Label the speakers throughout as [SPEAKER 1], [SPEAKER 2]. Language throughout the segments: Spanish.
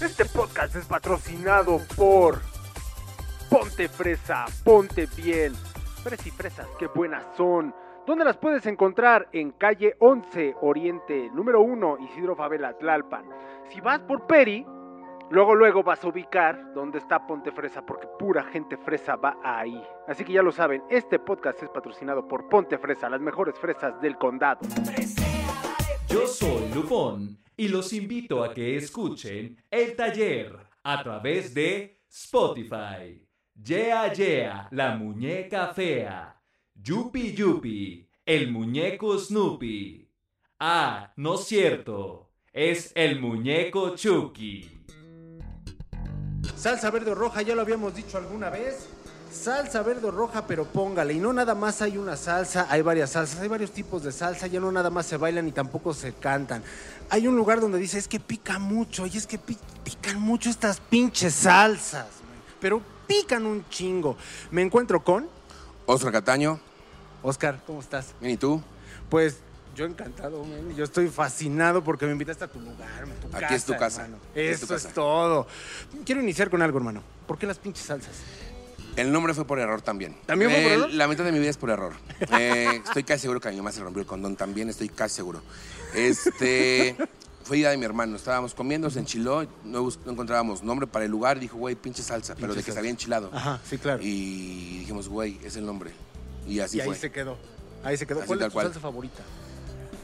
[SPEAKER 1] Este podcast es patrocinado por Ponte Fresa, Ponte Piel. Fres y fresas, qué buenas son. ¿Dónde las puedes encontrar? En calle 11 Oriente, número 1, Isidro Favela, Tlalpan. Si vas por Peri, luego luego vas a ubicar dónde está Ponte Fresa, porque pura gente fresa va ahí. Así que ya lo saben, este podcast es patrocinado por Ponte Fresa, las mejores fresas del condado.
[SPEAKER 2] Yo soy Lupón y los invito a que escuchen El Taller a través de Spotify. Yeah, yeah, la muñeca fea. Yupi, yupi, el muñeco Snoopy. Ah, no es cierto, es el muñeco Chucky.
[SPEAKER 3] Salsa verde o roja, ya lo habíamos dicho alguna vez. Salsa verde o roja, pero póngale. Y no nada más hay una salsa, hay varias salsas, hay varios tipos de salsa, ya no nada más se bailan y tampoco se cantan. Hay un lugar donde dice, es que pica mucho, y es que pi- pican mucho estas pinches salsas, man. pero pican un chingo. Me encuentro con
[SPEAKER 4] Oscar Cataño,
[SPEAKER 3] Oscar, ¿cómo estás?
[SPEAKER 4] bien, ¿y tú?
[SPEAKER 3] Pues yo encantado, man. yo estoy fascinado porque me invitaste a tu lugar, man, tu
[SPEAKER 4] Aquí es tu casa.
[SPEAKER 3] hermano.
[SPEAKER 4] Aquí es
[SPEAKER 3] Eso
[SPEAKER 4] tu
[SPEAKER 3] es
[SPEAKER 4] casa.
[SPEAKER 3] todo. Quiero iniciar con algo, hermano. ¿Por qué las pinches salsas?
[SPEAKER 4] El nombre fue por error también.
[SPEAKER 3] ¿También fue por
[SPEAKER 4] Eh,
[SPEAKER 3] error?
[SPEAKER 4] La mitad de mi vida es por error. Eh, estoy casi seguro que a mi mamá se rompió el condón también, estoy casi seguro. Este. Fue idea de mi hermano, estábamos comiendo, se enchiló, no, bus- no encontrábamos nombre para el lugar, dijo, güey, pinche salsa, pero
[SPEAKER 3] Pinche
[SPEAKER 4] de que
[SPEAKER 3] salsa.
[SPEAKER 4] se había enchilado.
[SPEAKER 3] Ajá, sí, claro.
[SPEAKER 4] Y dijimos, güey, es el nombre. Y así
[SPEAKER 3] y ahí
[SPEAKER 4] fue.
[SPEAKER 3] se quedó. Ahí se quedó.
[SPEAKER 4] Así
[SPEAKER 3] ¿Cuál es
[SPEAKER 4] tal
[SPEAKER 3] tu
[SPEAKER 4] cual.
[SPEAKER 3] salsa favorita?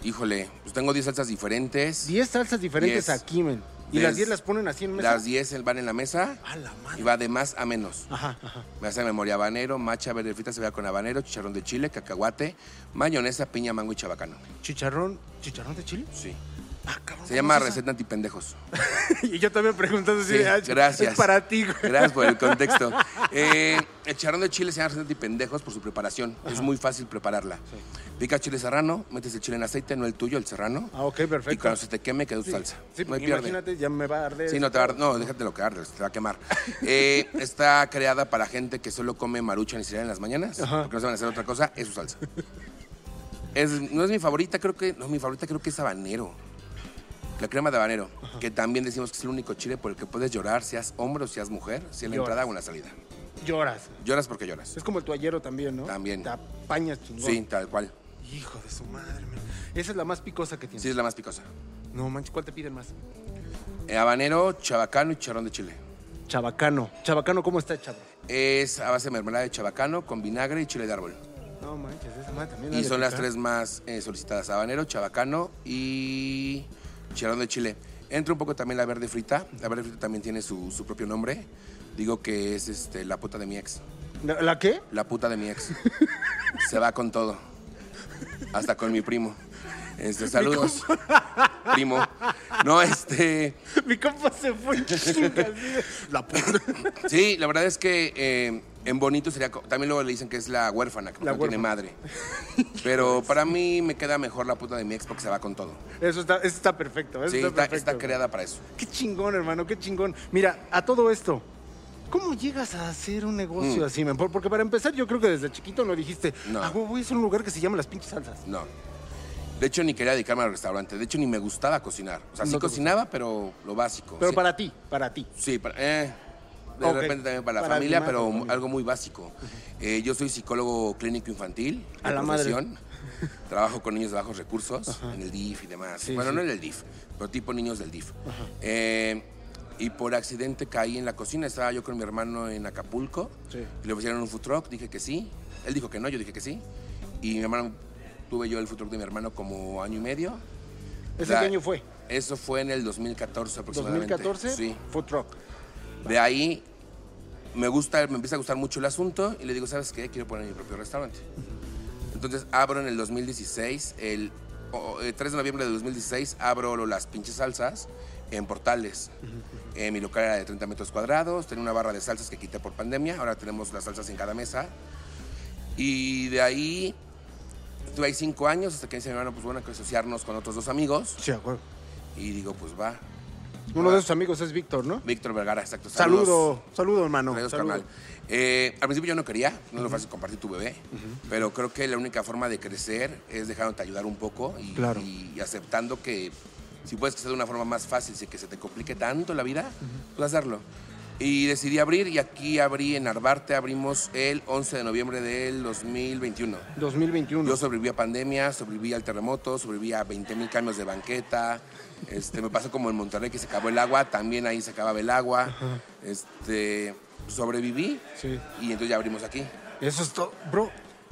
[SPEAKER 4] Híjole, pues tengo 10 salsas diferentes.
[SPEAKER 3] 10 salsas diferentes
[SPEAKER 4] Diez.
[SPEAKER 3] aquí, men. Y
[SPEAKER 4] Des-
[SPEAKER 3] las 10 las ponen así en mesa. Ah,
[SPEAKER 4] Las 10 van en la mesa
[SPEAKER 3] A la
[SPEAKER 4] y
[SPEAKER 3] madre.
[SPEAKER 4] va de más a menos.
[SPEAKER 3] Ajá, ajá.
[SPEAKER 4] Me hace memoria habanero, macha verde frita cebolla con habanero, chicharrón de chile, cacahuate, mayonesa, piña, mango y chabacano.
[SPEAKER 3] Chicharrón, chicharrón de chile.
[SPEAKER 4] Sí.
[SPEAKER 3] Ah, cabrón.
[SPEAKER 4] Se
[SPEAKER 3] ¿cómo
[SPEAKER 4] llama
[SPEAKER 3] es esa?
[SPEAKER 4] receta antipendejos.
[SPEAKER 3] y yo también preguntando si
[SPEAKER 4] Sí,
[SPEAKER 3] ah,
[SPEAKER 4] gracias.
[SPEAKER 3] es para ti, güey.
[SPEAKER 4] Gracias por el contexto. Eh, el chicharrón de chile se llama receta antipendejos por su preparación. Es muy fácil prepararla. Pica chile serrano, metes el chile en aceite, no el tuyo, el serrano.
[SPEAKER 3] Ah, ok,
[SPEAKER 4] y
[SPEAKER 3] perfecto.
[SPEAKER 4] cuando se te queme, quedó tu
[SPEAKER 3] Sí,
[SPEAKER 4] salsa.
[SPEAKER 3] sí,
[SPEAKER 4] no hay pierde.
[SPEAKER 3] imagínate, ya me va a arder.
[SPEAKER 4] Sí, no, te va a, no déjatelo quedar, te va a quemar. Eh, está creada para gente que solo come marucha ni cereal en las mañanas,
[SPEAKER 3] Ajá.
[SPEAKER 4] porque no saben hacer otra cosa, es su salsa. Es- no es mi favorita, creo que no, mi favorita creo que es habanero. La crema de habanero, que también decimos que es el único chile por el que puedes llorar, seas hombre o seas mujer, si en la
[SPEAKER 3] Lloras.
[SPEAKER 4] entrada o en la salida.
[SPEAKER 3] Lloras.
[SPEAKER 4] Lloras porque lloras.
[SPEAKER 3] Es como el toallero también, ¿no?
[SPEAKER 4] También.
[SPEAKER 3] Te apañas chingón.
[SPEAKER 4] Sí, tal cual.
[SPEAKER 3] Hijo de su madre, men. Esa es la más picosa que tienes.
[SPEAKER 4] Sí, es la más picosa.
[SPEAKER 3] No manches, ¿cuál te piden más?
[SPEAKER 4] Eh, habanero, chabacano y charrón de chile.
[SPEAKER 3] Chabacano. Chabacano, ¿cómo está, chavo?
[SPEAKER 4] Es a base de mermelada de chabacano con vinagre y chile de árbol.
[SPEAKER 3] No manches, esa madre también. ha
[SPEAKER 4] Y
[SPEAKER 3] de
[SPEAKER 4] son las
[SPEAKER 3] picar.
[SPEAKER 4] tres más eh, solicitadas: habanero, chabacano y chicharrón de chile. Entra un poco también la verde frita. La verde frita también tiene su, su propio nombre. Digo que es este, la puta de mi ex.
[SPEAKER 3] ¿La- ¿La qué?
[SPEAKER 4] La puta de mi ex. Se va con todo. Hasta con mi primo. Este, saludos, primo. No, este.
[SPEAKER 3] Mi compa se fue en chinga, así de- La puta.
[SPEAKER 4] Sí, la verdad es que eh, en bonito sería. co- También luego le dicen que es la huérfana, que
[SPEAKER 3] La
[SPEAKER 4] no tiene madre. Pero para mí me queda mejor la puta de mi ex porque se va con todo.
[SPEAKER 3] Eso está, eso está perfecto. Eso
[SPEAKER 4] Sí,
[SPEAKER 3] está,
[SPEAKER 4] está,
[SPEAKER 3] perfecto.
[SPEAKER 4] está creada para eso.
[SPEAKER 3] Qué chingón, hermano, qué chingón. Mira, a todo esto, ¿cómo llegas a hacer un negocio así, man? Por- Porque para empezar, yo creo que desde chiquito no dijiste,
[SPEAKER 4] Mm. No.
[SPEAKER 3] ah, güey, voy a hacer un lugar que se llama Las Pinches Salsas.
[SPEAKER 4] No. De hecho, ni quería dedicarme al restaurante. De hecho, ni me gustaba cocinar. O sea, sí
[SPEAKER 3] No te
[SPEAKER 4] cocinaba, pero lo básico.
[SPEAKER 3] Pero
[SPEAKER 4] sí,
[SPEAKER 3] para ti, para ti.
[SPEAKER 4] Sí, para- eh, de
[SPEAKER 3] Ok.
[SPEAKER 4] repente también para la
[SPEAKER 3] Para
[SPEAKER 4] familia,
[SPEAKER 3] animar a tu
[SPEAKER 4] pero mu-
[SPEAKER 3] familia.
[SPEAKER 4] algo muy básico. Eh, yo soy psicólogo clínico infantil. de
[SPEAKER 3] A la madre.
[SPEAKER 4] profesión. Trabajo con niños de bajos recursos, en el DIF y demás.
[SPEAKER 3] Sí,
[SPEAKER 4] bueno,
[SPEAKER 3] sí.
[SPEAKER 4] no en el DIF, pero tipo niños del DIF. Eh, y por accidente caí en la cocina. Estaba yo con mi hermano en Acapulco.
[SPEAKER 3] Sí.
[SPEAKER 4] Y le ofrecieron un food truck, dije que sí. Él dijo que no, yo dije que sí. Y mi hermano, tuve yo el food truck de mi hermano como año y medio.
[SPEAKER 3] ¿Ese
[SPEAKER 4] La-
[SPEAKER 3] qué año fue?
[SPEAKER 4] Eso fue en el 2014 aproximadamente.
[SPEAKER 3] ¿2014?
[SPEAKER 4] Sí.
[SPEAKER 3] Food Truck.
[SPEAKER 4] De ahí me gusta, me empieza a gustar mucho el asunto y le digo, ¿sabes qué? Quiero poner mi propio restaurante. Entonces abro en el 2016, el o- eh, 3 de noviembre de 2016, abro lo- las pinches salsas en portales. Eh, mi local era de 30 metros cuadrados, tenía una barra de salsas que quité por pandemia, ahora tenemos las salsas en cada mesa. Y de ahí estuve ahí cinco años hasta que dice mi hermano, pues bueno, hay que asociarnos con otros dos amigos.
[SPEAKER 3] Sí, acuerdo.
[SPEAKER 4] Y digo, pues va.
[SPEAKER 3] Uno de esos amigos es Víctor, ¿no?
[SPEAKER 4] Víctor Vergara, exacto. saludos.
[SPEAKER 3] Saludo, saludo, hermano.
[SPEAKER 4] Saludos,
[SPEAKER 3] saludo.
[SPEAKER 4] carnal. Eh, al principio yo no quería, no es lo fácil compartir tu bebé, pero creo que la única forma de crecer es dejándote ayudar un poco y,
[SPEAKER 3] Claro.
[SPEAKER 4] y aceptando que Si puedes que sea de una forma más fácil, sin que se te complique tanto la vida, pues hacerlo. Y decidí abrir y aquí abrí en Arbarte, abrimos el 11 de noviembre del 2021.
[SPEAKER 3] 2021.
[SPEAKER 4] Yo sobreviví a pandemia, sobreviví al terremoto, sobreviví a 20 mil cambios de banqueta. Este, me pasó como en Monterrey que se acabó el agua, también ahí se acababa el agua. Este, sobreviví
[SPEAKER 3] Sí.
[SPEAKER 4] y entonces ya abrimos aquí.
[SPEAKER 3] Eso es todo. Bro,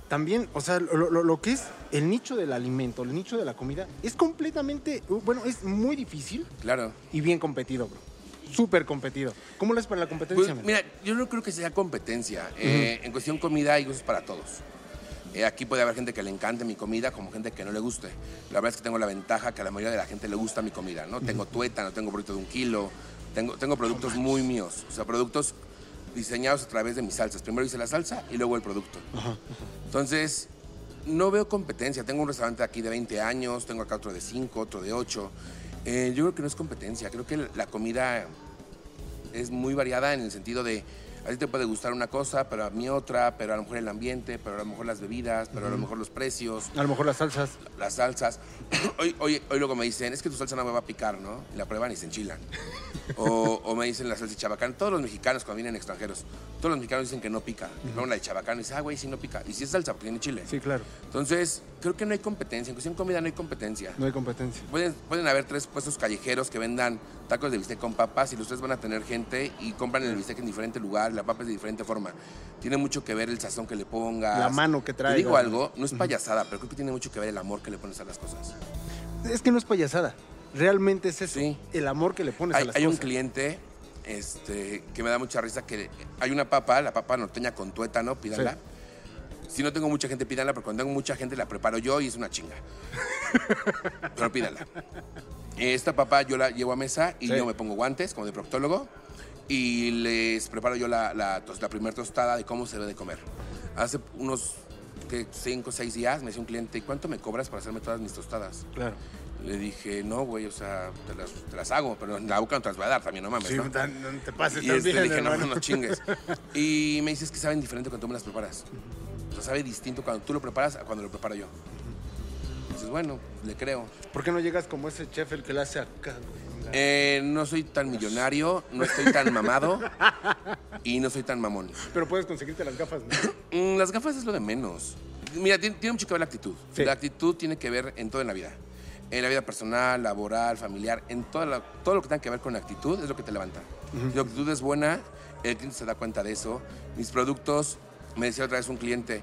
[SPEAKER 3] también, o sea, lo, lo- lo que es el nicho del alimento, el nicho de la comida, es completamente, bueno, es muy difícil
[SPEAKER 4] Claro.
[SPEAKER 3] y bien competido, bro. Súper competido. ¿Cómo lo es para la
[SPEAKER 4] Pues,
[SPEAKER 3] competencia? man?
[SPEAKER 4] mira, yo no creo que sea competencia. Eh, en cuestión comida hay gustos para todos. Eh, aquí puede haber gente que le encante mi comida como gente que no le guste. La verdad es que tengo la ventaja que a la mayoría de la gente le gusta mi comida, ¿no? Tengo tuétano, tengo producto de un kilo, tengo, tengo productos muy míos. O sea, productos diseñados a través de mis salsas. Primero hice la salsa y luego el producto. Entonces, no veo competencia. Tengo un restaurante aquí de 20 años, tengo acá otro de 5, otro de 8. Eh, yo creo que no es competencia. Creo que la comida es muy variada en el sentido de a ti te puede gustar una cosa, pero a mí otra, pero a lo mejor el ambiente, pero a lo mejor las bebidas, pero a lo mejor los precios,
[SPEAKER 3] A lo mejor las salsas.
[SPEAKER 4] las salsas. Hoy, hoy, hoy luego me dicen, es que tu salsa no me va a picar, ¿no? Y la prueban y se enchilan. O, o me dicen la salsa de chabacán. Todos los mexicanos cuando vienen extranjeros, todos los mexicanos dicen que no pica. Y luego la de chabacán y dicen, ah, güey, sí no pica. Y si es salsa, porque tiene chile.
[SPEAKER 3] Sí, claro.
[SPEAKER 4] Entonces, creo que no hay competencia. En cuestión de comida no hay competencia.
[SPEAKER 3] No hay competencia.
[SPEAKER 4] Pueden, pueden haber tres puestos callejeros que vendan tacos de bistec con papas y los tres van a tener gente y compran el bistec en diferente lugar, la papa es de diferente forma. Tiene mucho que ver el sazón que le pongas.
[SPEAKER 3] La mano que
[SPEAKER 4] Te
[SPEAKER 3] traigas.
[SPEAKER 4] digo algo, no es payasada, pero creo que tiene mucho que ver el amor que le pones a las cosas.
[SPEAKER 3] Es que no es payasada. Realmente es eso.
[SPEAKER 4] Sí.
[SPEAKER 3] El amor que le pones a
[SPEAKER 4] Hay,
[SPEAKER 3] las
[SPEAKER 4] hay un
[SPEAKER 3] cosas.
[SPEAKER 4] cliente este, que me da mucha risa que hay una papa, la papa norteña con tuétano, pídanla. Si no tengo mucha gente, pídanla, pero cuando tengo mucha gente la preparo yo y es una chinga. pero pídanla. Esta papa yo la llevo a mesa y
[SPEAKER 3] Sí.
[SPEAKER 4] yo me pongo guantes como de proctólogo y les preparo yo la, la, tos- la primera tostada de cómo se debe de comer. Hace unos 5 o 6 días me decía un cliente, ¿cuánto me cobras para hacerme todas mis tostadas?
[SPEAKER 3] Claro.
[SPEAKER 4] Le dije, no, güey, o sea, te las, te las hago, pero en la boca no te las voy a dar también, no mames.
[SPEAKER 3] Sí,
[SPEAKER 4] ¿no?
[SPEAKER 3] tan- no te pases
[SPEAKER 4] Y
[SPEAKER 3] tan
[SPEAKER 4] este, le
[SPEAKER 3] bien,
[SPEAKER 4] dije, no,
[SPEAKER 3] hermano.
[SPEAKER 4] no chingues. Y me dices que saben diferente cuando tú me las preparas. O sea, sabe distinto cuando tú lo preparas a cuando lo preparo yo. Entonces, bueno, le creo.
[SPEAKER 3] ¿Por qué no llegas como ese chef el que la hace acá? güey?
[SPEAKER 4] Eh, no soy tan millonario, no estoy tan mamado y no soy tan mamón.
[SPEAKER 3] Pero puedes conseguirte las gafas, ¿no?
[SPEAKER 4] Mm, Las gafas es lo de menos. Mira, tiene, tiene mucho que ver la actitud.
[SPEAKER 3] Sí.
[SPEAKER 4] La actitud tiene que ver en todo en la vida. En la vida personal, laboral, familiar, en toda la- todo lo que tenga que ver con la actitud es lo que te levanta. Si la actitud es buena, el cliente se da cuenta de eso. Mis productos, me decía otra vez un cliente,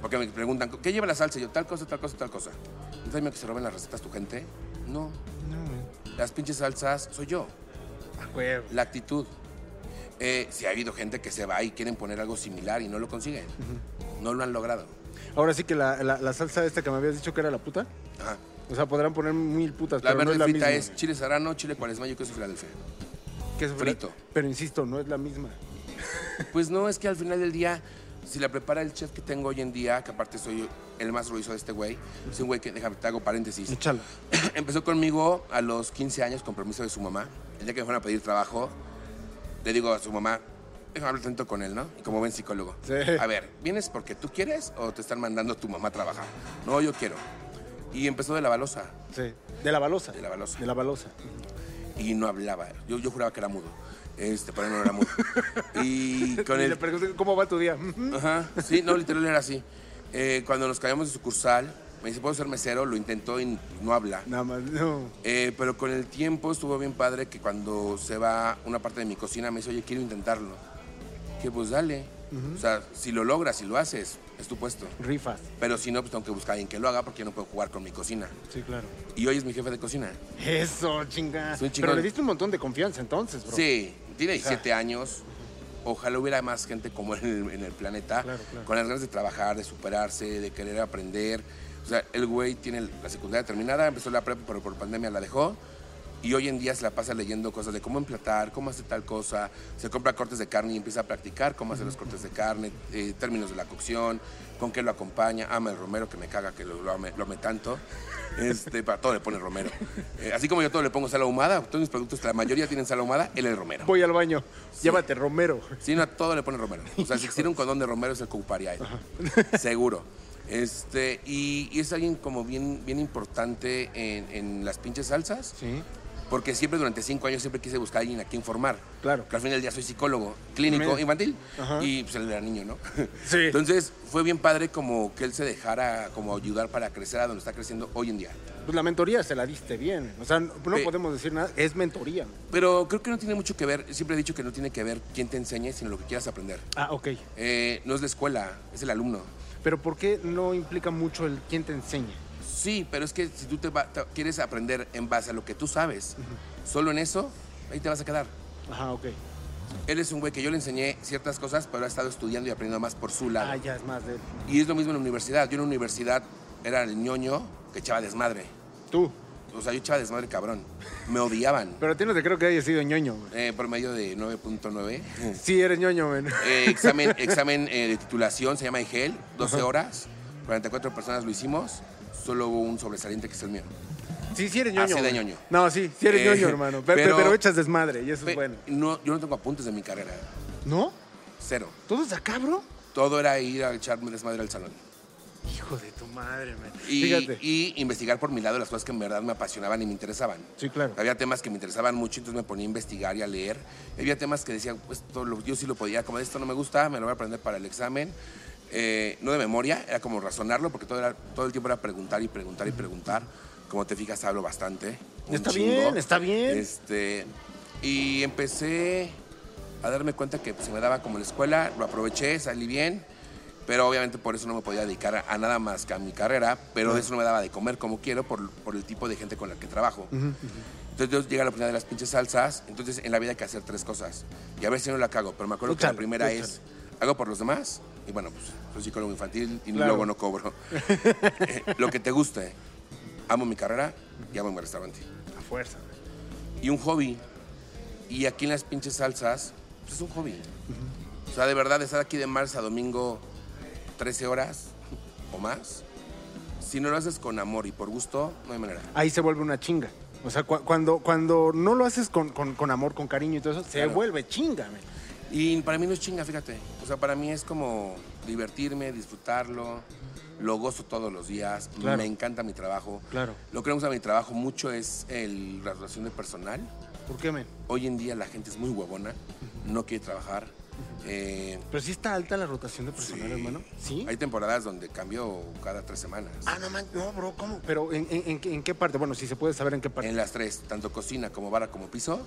[SPEAKER 4] porque me preguntan, ¿qué lleva la salsa? Y yo, tal cosa, tal cosa, tal cosa. ¿No te da miedo que se roben las recetas tu gente? No. Las pinches salsas soy yo
[SPEAKER 3] A huevo.
[SPEAKER 4] la actitud. Eh, si ha habido gente que se va y quieren poner algo similar y no lo consiguen. No lo han logrado.
[SPEAKER 3] Ahora sí que la, la- la salsa esta que me habías dicho que era la puta.
[SPEAKER 4] Ajá.
[SPEAKER 3] O sea, podrán poner mil putas,
[SPEAKER 4] La
[SPEAKER 3] pero no
[SPEAKER 4] verde
[SPEAKER 3] es la
[SPEAKER 4] frita
[SPEAKER 3] misma.
[SPEAKER 4] es chile serrano, chile cuaresmayo, queso Filadelfia.
[SPEAKER 3] que es
[SPEAKER 4] frito.
[SPEAKER 3] Pero insisto, no es la misma.
[SPEAKER 4] Pues no, es que al final del día, si la prepara el chef que tengo hoy en día, que aparte soy el más ruidoso de este güey, es un güey que, déjame, te hago paréntesis.
[SPEAKER 3] Échala.
[SPEAKER 4] Empezó conmigo a los 15 años con permiso de su mamá. El día que me fueron a pedir trabajo, le digo a su mamá, déjame hablar tanto con él, ¿no? Y como buen psicólogo.
[SPEAKER 3] Sí.
[SPEAKER 4] A ver, ¿vienes porque tú quieres o te están mandando tu mamá a trabajar? No, yo quiero. Y empezó de la balosa
[SPEAKER 3] Sí. De la balosa.
[SPEAKER 4] De la balosa.
[SPEAKER 3] De la balosa.
[SPEAKER 4] y no hablaba. Yo, yo juraba que era mudo. Este, pero no era mudo. Y con
[SPEAKER 3] y
[SPEAKER 4] el
[SPEAKER 3] le pregunté, ¿cómo va tu día?
[SPEAKER 4] Ajá, sí, no, literal era así. Eh, cuando nos cambiamos de sucursal, me dice, ¿puedo ser mesero? Lo intentó y no habla.
[SPEAKER 3] Nada más, no.
[SPEAKER 4] Eh, pero con el tiempo estuvo bien padre que cuando se va una parte de mi cocina me dice, oye, quiero intentarlo. Que pues dale. O sea, si lo logras, si lo haces, es tu puesto.
[SPEAKER 3] Rifas.
[SPEAKER 4] Pero si no, pues tengo que buscar a alguien que lo haga porque yo no puedo jugar con mi cocina.
[SPEAKER 3] Sí, claro.
[SPEAKER 4] Y hoy es mi jefe de cocina.
[SPEAKER 3] Eso, chingada.
[SPEAKER 4] Soy chingón.
[SPEAKER 3] Pero le diste un montón de confianza entonces, bro.
[SPEAKER 4] Sí, tiene 17 años. Ojalá hubiera más gente como él en el, en el planeta,
[SPEAKER 3] Claro, claro.
[SPEAKER 4] con las ganas de trabajar, de superarse, de querer aprender. O sea, el güey tiene la secundaria terminada, empezó la prepa, pero por pandemia la dejó. Y hoy en día se la pasa leyendo cosas de cómo emplatar, cómo hacer tal cosa. Se compra cortes de carne y empieza a practicar cómo hacer los cortes de carne, eh, términos de la cocción, con qué lo acompaña. Ama el romero, que me caga que lo, lo ame, lo ame tanto. Este, para todo le pone romero. Eh, así como yo todo le pongo sal ahumada, todos mis productos, la mayoría tienen sal ahumada, él el romero.
[SPEAKER 3] Voy al baño. Llévate, Romero.
[SPEAKER 4] Si no, a todo le pone romero. O sea, si existiera un condón de romero es el que ocuparía él. Seguro. Este, y, y es alguien como bien, bien importante en, en las pinches salsas.
[SPEAKER 3] Sí.
[SPEAKER 4] Porque siempre durante cinco años siempre quise buscar a alguien a quien formar.
[SPEAKER 3] Claro.
[SPEAKER 4] Que al final del día soy psicólogo clínico
[SPEAKER 3] Mira.
[SPEAKER 4] infantil.
[SPEAKER 3] Ajá.
[SPEAKER 4] Y pues él era niño, ¿no?
[SPEAKER 3] Sí.
[SPEAKER 4] Entonces fue bien padre como que él se dejara como ayudar para crecer a donde está creciendo hoy en día.
[SPEAKER 3] Pues la mentoría se la diste bien. O sea, no no
[SPEAKER 4] Sí.
[SPEAKER 3] podemos decir nada. Es mentoría.
[SPEAKER 4] Pero creo que no tiene mucho que ver, siempre he dicho que no tiene que ver quién te enseñe, sino lo que quieras aprender.
[SPEAKER 3] Ah, ok.
[SPEAKER 4] Eh, no es la escuela, es el alumno.
[SPEAKER 3] Pero ¿por qué no implica mucho el quién te enseña?
[SPEAKER 4] Sí, pero es que si tú te, va- te- quieres aprender en base a lo que tú sabes, solo en eso, ahí te vas a quedar.
[SPEAKER 3] Ajá, ok.
[SPEAKER 4] Él es un güey que yo le enseñé ciertas cosas, pero ha estado estudiando y aprendiendo más por su lado.
[SPEAKER 3] Ah, ya es más de
[SPEAKER 4] Y es lo mismo en la universidad. Yo en la universidad era el ñoño que echaba desmadre.
[SPEAKER 3] tú.
[SPEAKER 4] O sea, yo echaba desmadre cabrón. Me odiaban.
[SPEAKER 3] Pero a ti no te creo que haya sido ñoño, güey.
[SPEAKER 4] Eh, promedio de 9.9.
[SPEAKER 3] Sí, eres ñoño, güey.
[SPEAKER 4] Eh, examen examen eh, de titulación se llama IGEL, 12 horas. 44 personas lo hicimos. Solo hubo un sobresaliente que es el mío.
[SPEAKER 3] Sí, sí eres ñoño.
[SPEAKER 4] Así Ah, de
[SPEAKER 3] güey.
[SPEAKER 4] ñoño.
[SPEAKER 3] No, sí, sí eres
[SPEAKER 4] Eh,
[SPEAKER 3] ñoño, hermano. Pe- pe- Pero,
[SPEAKER 4] pero-
[SPEAKER 3] echas desmadre y eso
[SPEAKER 4] Pe-
[SPEAKER 3] es bueno.
[SPEAKER 4] no, yo no tengo apuntes de mi carrera.
[SPEAKER 3] ¿No?
[SPEAKER 4] Cero.
[SPEAKER 3] ¿Todo es acá, bro?
[SPEAKER 4] Todo era ir a echarme desmadre al salón.
[SPEAKER 3] Hijo de tu madre, man.
[SPEAKER 4] Y,
[SPEAKER 3] Fíjate.
[SPEAKER 4] y investigar por mi lado las cosas que en verdad me apasionaban y me interesaban.
[SPEAKER 3] Sí, claro.
[SPEAKER 4] Había temas que me interesaban mucho, entonces me ponía a investigar y a leer. Había temas que decía, pues esto lo- yo sí lo podía, como esto no me gusta, me lo voy a aprender para el examen. Eh, no de memoria, era como razonarlo, porque todo, era- todo el tiempo era preguntar y preguntar y preguntar. Como te fijas, hablo bastante. un
[SPEAKER 3] Está
[SPEAKER 4] chingo.
[SPEAKER 3] bien, está bien.
[SPEAKER 4] Este, y empecé a darme cuenta que pues, se me daba como en la escuela, lo aproveché, salí bien. Pero obviamente por eso no me podía dedicar a, a nada más que a mi carrera, pero de eso no me daba de comer como quiero por, por el tipo de gente con la que trabajo. Entonces yo llega la oportunidad de las pinches salsas. Entonces en la vida hay que hacer tres cosas. Y a ver si no la cago. Pero me acuerdo que
[SPEAKER 3] Échale,
[SPEAKER 4] la primera
[SPEAKER 3] échale.
[SPEAKER 4] es, hago por los demás. Y bueno, pues soy psicólogo infantil y
[SPEAKER 3] Claro.
[SPEAKER 4] luego no cobro. Eh, Lo que te guste. Amo mi carrera y amo mi restaurante.
[SPEAKER 3] A fuerza. güey.
[SPEAKER 4] Y un hobby. Y aquí en las pinches salsas, pues es un hobby. O sea, de verdad, estar aquí de marzo a domingo 13 horas o más. Si no lo haces con amor y por gusto, no hay manera.
[SPEAKER 3] Ahí se vuelve una chinga. O sea, cu- cuando, cuando no lo haces con, con- con amor, con cariño y todo eso, se
[SPEAKER 4] Claro.
[SPEAKER 3] vuelve chinga, güey.
[SPEAKER 4] Y para mí no es chinga, fíjate. O sea, para mí es como divertirme, disfrutarlo. Lo gozo todos los días.
[SPEAKER 3] Claro.
[SPEAKER 4] Me encanta mi trabajo.
[SPEAKER 3] Claro.
[SPEAKER 4] Lo que me gusta de mi trabajo mucho es el- la relación de personal.
[SPEAKER 3] ¿Por qué, men?
[SPEAKER 4] Hoy en día la gente es muy huevona, no quiere trabajar. Eh,
[SPEAKER 3] Pero sí está alta la rotación de personal,
[SPEAKER 4] sí.
[SPEAKER 3] hermano. Sí.
[SPEAKER 4] Hay temporadas donde cambio cada tres semanas.
[SPEAKER 3] Ah, no, man, no, bro, ¿cómo? Pero ¿en, en- en qué- en qué parte? Bueno, si se puede saber en qué parte.
[SPEAKER 4] En las tres, tanto cocina como vara como piso,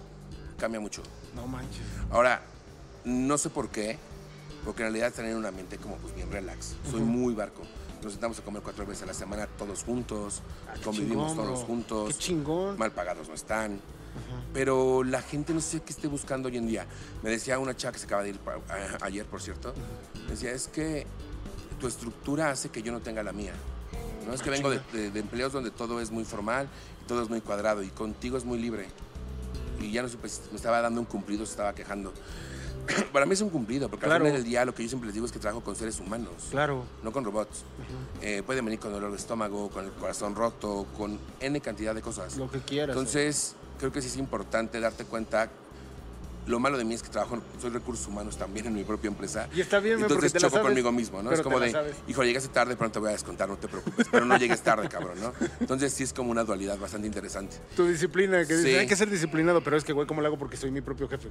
[SPEAKER 4] cambia mucho.
[SPEAKER 3] No manches.
[SPEAKER 4] Ahora, no sé por qué, porque en realidad tener un ambiente como pues bien relax. Soy muy barco. Nos sentamos a comer cuatro veces a la semana todos juntos,
[SPEAKER 3] Ah, qué
[SPEAKER 4] convivimos
[SPEAKER 3] chingón,
[SPEAKER 4] todos
[SPEAKER 3] bro.
[SPEAKER 4] juntos.
[SPEAKER 3] Qué chingón.
[SPEAKER 4] Mal pagados no están. Pero la gente no sé qué esté buscando hoy en día. Me decía una chava que se acaba de ir pa- a- ayer, por cierto. me Decía, es que tu estructura hace que yo no tenga la mía. No es
[SPEAKER 3] Ah,
[SPEAKER 4] que vengo de, de- de empleos donde todo es muy formal, y todo es muy cuadrado y contigo es muy libre. Y ya no supe si me estaba dando un cumplido, se estaba quejando. Para mí es un cumplido, porque
[SPEAKER 3] Claro.
[SPEAKER 4] al final del día lo que yo siempre les digo es que trabajo con seres humanos,
[SPEAKER 3] Claro.
[SPEAKER 4] no con robots. Eh, pueden venir con dolor de estómago, con el corazón roto, con N cantidad de cosas.
[SPEAKER 3] Lo que quieras.
[SPEAKER 4] Entonces, creo que sí es importante darte cuenta. Lo malo de mí es que trabajo, soy recursos humanos también en mi propia empresa.
[SPEAKER 3] Y está bien, güey,
[SPEAKER 4] Entonces
[SPEAKER 3] porque te la
[SPEAKER 4] choco
[SPEAKER 3] sabes,
[SPEAKER 4] conmigo mismo, ¿no?
[SPEAKER 3] pero
[SPEAKER 4] Es como
[SPEAKER 3] te la
[SPEAKER 4] de,
[SPEAKER 3] sabes.
[SPEAKER 4] hijo, llegaste tarde, pronto te voy a descontar, no te preocupes. Pero no llegues tarde, cabrón, ¿no? Entonces sí es como una dualidad bastante interesante.
[SPEAKER 3] güey. Tu disciplina, que dices,
[SPEAKER 4] Sí.
[SPEAKER 3] hay que ser disciplinado, pero es que, güey, ¿cómo lo hago? Porque soy mi propio jefe.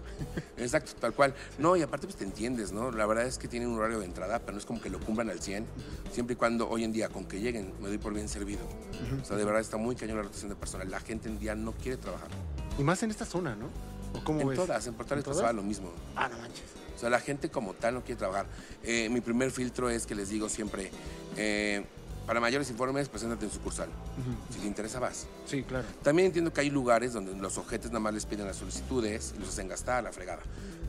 [SPEAKER 4] Exacto, tal cual. No, y aparte pues te entiendes, ¿no? La verdad es que tienen un horario de entrada, pero no es como que lo cumplan al 100, siempre y cuando hoy en día, con que lleguen, me doy por bien servido. O sea, de verdad está muy cañón la rotación de personal. La gente en día no quiere trabajar.
[SPEAKER 3] Y más en esta zona, ¿no? ¿O cómo
[SPEAKER 4] En
[SPEAKER 3] ves?
[SPEAKER 4] todas, en portales
[SPEAKER 3] ¿En
[SPEAKER 4] pasaba
[SPEAKER 3] todas?
[SPEAKER 4] lo mismo.
[SPEAKER 3] Ah, no manches.
[SPEAKER 4] O sea, la gente como tal no quiere trabajar. Eh, mi primer filtro es que les digo siempre, eh, para mayores informes, preséntate en sucursal. Si te interesa, vas.
[SPEAKER 3] Sí, claro.
[SPEAKER 4] También entiendo que hay lugares donde los ojetes nada más les piden las solicitudes y los hacen gastar, la fregada.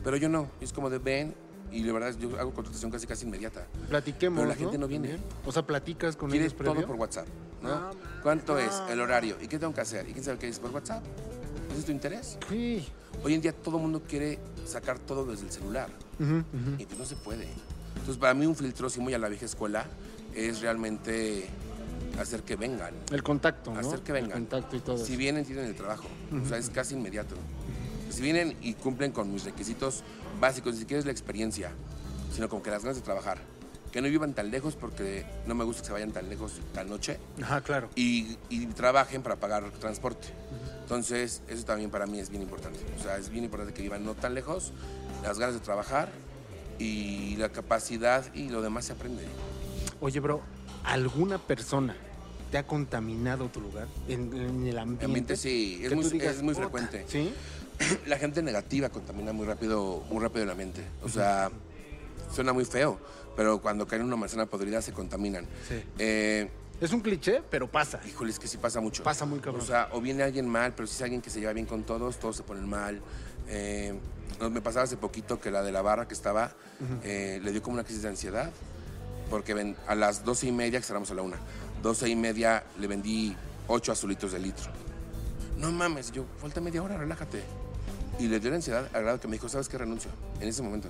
[SPEAKER 4] Pero yo no, es como de ven y de verdad yo hago contratación casi casi inmediata.
[SPEAKER 3] Platiquemos.
[SPEAKER 4] Pero la gente no viene.
[SPEAKER 3] También. O sea, platicas con ellos
[SPEAKER 4] Quieres todo
[SPEAKER 3] previo.
[SPEAKER 4] por WhatsApp, ¿no?
[SPEAKER 3] No,
[SPEAKER 4] ¿Cuánto
[SPEAKER 3] no.
[SPEAKER 4] es el horario? ¿Y qué tengo que hacer? ¿Y quién sabe qué es por WhatsApp? ¿Ese es tu interés?
[SPEAKER 3] Sí.
[SPEAKER 4] Hoy en día todo el mundo quiere sacar todo desde el celular
[SPEAKER 3] Ujú, ujú.
[SPEAKER 4] y pues no se puede. Entonces para mí un filtro, sí muy a la vieja escuela, es realmente hacer que vengan.
[SPEAKER 3] El contacto, ¿no?
[SPEAKER 4] hacer que vengan.
[SPEAKER 3] El contacto y todo.
[SPEAKER 4] Si
[SPEAKER 3] eso.
[SPEAKER 4] vienen, tienen el trabajo. O sea, es casi inmediato. Si vienen y cumplen con mis requisitos básicos, ni siquiera es la experiencia, sino con que las ganas de trabajar, que no vivan tan lejos porque no me gusta que se vayan tan lejos la noche
[SPEAKER 3] Ajá, claro.
[SPEAKER 4] y, y trabajen para pagar transporte. Entonces, eso también para mí es bien importante. O sea, es bien importante que vivan no tan lejos, las ganas de trabajar y la capacidad y lo demás se aprende.
[SPEAKER 3] Oye, bro, ¿alguna persona te ha contaminado tu lugar? En, en el ambiente.
[SPEAKER 4] Ambiente, sí, es
[SPEAKER 3] Que
[SPEAKER 4] muy-
[SPEAKER 3] tú digas,
[SPEAKER 4] es muy
[SPEAKER 3] "Puta",
[SPEAKER 4] frecuente.
[SPEAKER 3] ¿Sí?
[SPEAKER 4] la gente negativa contamina muy rápido, muy rápido el ambiente. O sea, suena muy feo, pero cuando caen en una manzana podrida se contaminan.
[SPEAKER 3] Sí.
[SPEAKER 4] Eh,
[SPEAKER 3] Es un cliché, pero pasa.
[SPEAKER 4] híjole, es que sí pasa mucho.
[SPEAKER 3] Pasa muy cabrón.
[SPEAKER 4] O sea, o viene alguien mal, pero si es alguien que se lleva bien con todos, todos se ponen mal. Eh, no, me pasaba hace poquito que la de la barra que estaba eh, le dio como una crisis de ansiedad, porque ven- a las doce y media, que cerramos a la una, doce y media le vendí ocho azulitos de litro. No mames, yo, falta media hora, relájate. Y le dio la ansiedad al grado que me dijo, ¿sabes qué? Renuncio. En ese momento.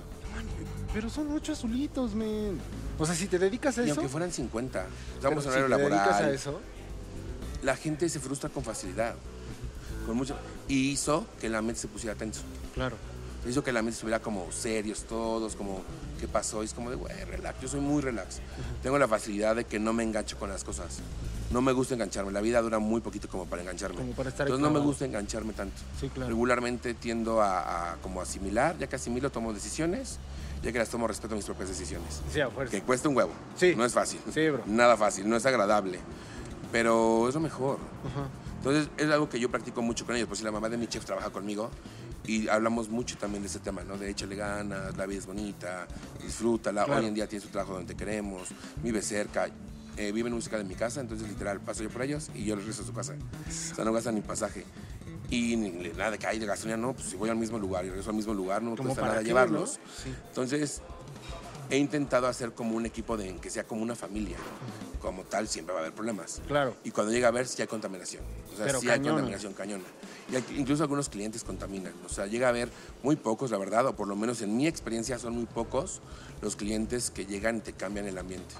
[SPEAKER 3] Pero son ocho azulitos, men. O sea, si te dedicas a
[SPEAKER 4] Y
[SPEAKER 3] eso.
[SPEAKER 4] aunque fueran 50,
[SPEAKER 3] pero
[SPEAKER 4] estamos en
[SPEAKER 3] si
[SPEAKER 4] horario
[SPEAKER 3] te dedicas a
[SPEAKER 4] laboral.
[SPEAKER 3] eso.
[SPEAKER 4] La gente se frustra con facilidad. Con mucho, y hizo que la mente se pusiera tenso.
[SPEAKER 3] Claro.
[SPEAKER 4] hizo que la mente estuviera como serios todos, como qué pasó, y es como de, güey, relax, yo soy muy relax. Tengo la facilidad de que no me engancho con las cosas. No me gusta engancharme, la vida dura muy poquito como para engancharme.
[SPEAKER 3] Como para estar
[SPEAKER 4] Entonces no me
[SPEAKER 3] clavado.
[SPEAKER 4] gusta engancharme tanto.
[SPEAKER 3] Sí, claro.
[SPEAKER 4] Regularmente tiendo a, a como asimilar, ya que asimilo tomo decisiones, ya que las tomo respeto a mis propias decisiones.
[SPEAKER 3] Sí, a fuerza.
[SPEAKER 4] Que cuesta un huevo.
[SPEAKER 3] Sí.
[SPEAKER 4] No es fácil.
[SPEAKER 3] Sí, bro.
[SPEAKER 4] Nada fácil, no es agradable. Pero es lo mejor.
[SPEAKER 3] Ajá.
[SPEAKER 4] Entonces es algo que yo practico mucho con ellos. Pues si la mamá de mi chef trabaja conmigo y hablamos mucho también de ese tema, ¿no? De échale ganas, la vida es bonita, disfrútala.
[SPEAKER 3] Claro.
[SPEAKER 4] Hoy en día tienes tu trabajo donde te queremos, vive cerca. Eh, viven muy cerca de mi casa, entonces literal paso yo por ellos y yo les regreso a su casa. O sea, no gastan ni pasaje. Y ni, ni nada de que hay de gasolina, no, pues si voy al mismo lugar y regreso al mismo lugar, no me
[SPEAKER 3] Como
[SPEAKER 4] cuesta
[SPEAKER 3] para
[SPEAKER 4] nada
[SPEAKER 3] qué,
[SPEAKER 4] llevarlos.
[SPEAKER 3] ¿no? Sí.
[SPEAKER 4] Entonces, he intentado hacer como un equipo de que sea como una familia. Como tal, siempre va a haber problemas.
[SPEAKER 3] Claro.
[SPEAKER 4] Y cuando llega a ver, si hay contaminación. O sea,
[SPEAKER 3] Pero
[SPEAKER 4] sí
[SPEAKER 3] cañona.
[SPEAKER 4] hay contaminación cañona. Y hay- incluso algunos clientes contaminan. O sea, llega a haber muy pocos, la verdad, o por lo menos en mi experiencia son muy pocos los clientes que llegan y te cambian el ambiente.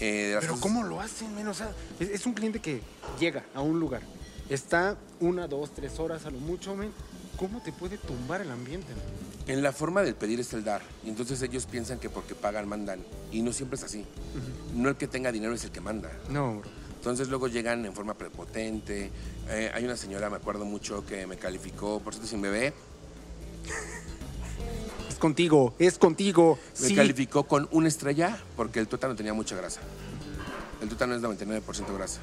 [SPEAKER 4] Eh, de las
[SPEAKER 3] Pero
[SPEAKER 4] cosas-
[SPEAKER 3] ¿cómo lo hacen, men? O sea, es, es un cliente que llega a un lugar, está una, dos, tres horas a lo mucho, men. ¿Cómo te puede tumbar el ambiente? men?
[SPEAKER 4] En la forma del pedir es el dar. Y entonces ellos piensan que porque pagan, mandan. Y no siempre es así. No el que tenga dinero es el que manda.
[SPEAKER 3] No, bro.
[SPEAKER 4] Entonces luego llegan en forma prepotente. Eh, hay una señora, me acuerdo mucho, que me calificó, por cierto, sin bebé,
[SPEAKER 3] Es contigo, es contigo.
[SPEAKER 4] me
[SPEAKER 3] sí.
[SPEAKER 4] calificó con una estrella porque el tuétano tenía mucha grasa. El tuétano es 99% grasa.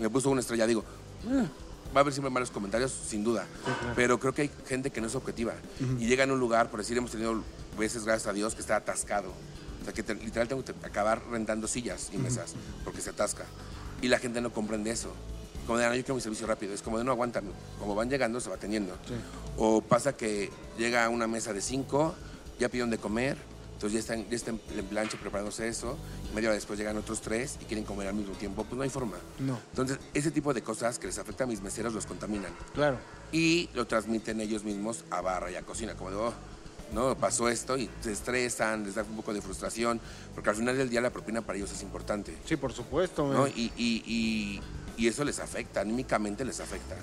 [SPEAKER 4] Me puso una estrella, digo, "Eh, va a haber siempre malos comentarios, sin duda. Pero creo que hay gente que no es objetiva. Y llega en un lugar, por decir, hemos tenido veces, gracias a Dios, que está atascado. O sea, que te- literal tengo que acabar rentando sillas y mesas porque se atasca. Y la gente no comprende eso. Como de, "Ah, no, yo quiero mi servicio rápido. Es como de, no, aguántame. Como van llegando, se va atendiendo. O pasa que llega a una mesa de cinco, ya pidieron de comer, entonces ya están, ya están en plancha preparándose eso, y media hora después llegan otros tres y quieren comer al mismo tiempo, pues no hay forma.
[SPEAKER 3] No.
[SPEAKER 4] Entonces, ese tipo de cosas que les afecta a mis meseros los contaminan
[SPEAKER 3] Claro.
[SPEAKER 4] y lo transmiten ellos mismos a barra y a cocina, como de, "Oh, no, pasó esto y se estresan, les da un poco de frustración, porque al final del día la propina para ellos es importante.
[SPEAKER 3] Sí, por supuesto, men.
[SPEAKER 4] ¿no? Y, y- y- y eso les afecta, anímicamente les afecta.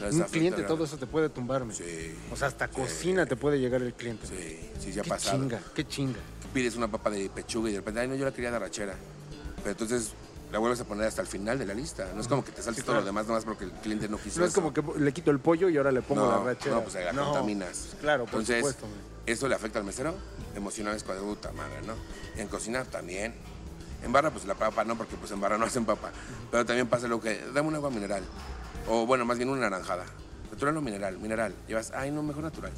[SPEAKER 4] Les
[SPEAKER 3] Un
[SPEAKER 4] afecta
[SPEAKER 3] cliente todo
[SPEAKER 4] realmente.
[SPEAKER 3] eso te puede tumbar, men.
[SPEAKER 4] Sí,
[SPEAKER 3] O sea, hasta cocina te puede llegar el cliente. men.
[SPEAKER 4] sí, sí, ya ha
[SPEAKER 3] qué
[SPEAKER 4] pasado.
[SPEAKER 3] chinga, qué chinga.
[SPEAKER 4] pides una papa de pechuga y de repente, ay, no, yo la quería de arrachera. Pero entonces la vuelves a poner hasta el final de la lista. No es como que te saltes todo lo demás, nomás porque el cliente no quiso.
[SPEAKER 3] No es
[SPEAKER 4] eso.
[SPEAKER 3] como que le quito el pollo y ahora le pongo
[SPEAKER 4] no,
[SPEAKER 3] la rachera.
[SPEAKER 4] No, pues ahí la contaminas.
[SPEAKER 3] Claro, por
[SPEAKER 4] entonces,
[SPEAKER 3] supuesto, men.
[SPEAKER 4] Eso le afecta al mesero. Emocional es cuando puta madre, ¿no? En cocina también. En barra, pues la papa no, porque pues en barra no hacen papa. Pero también pasa lo que, dame un agua mineral. O bueno, más bien una naranjada. Natural o mineral, mineral. Llevas, ay, no, mejor natural.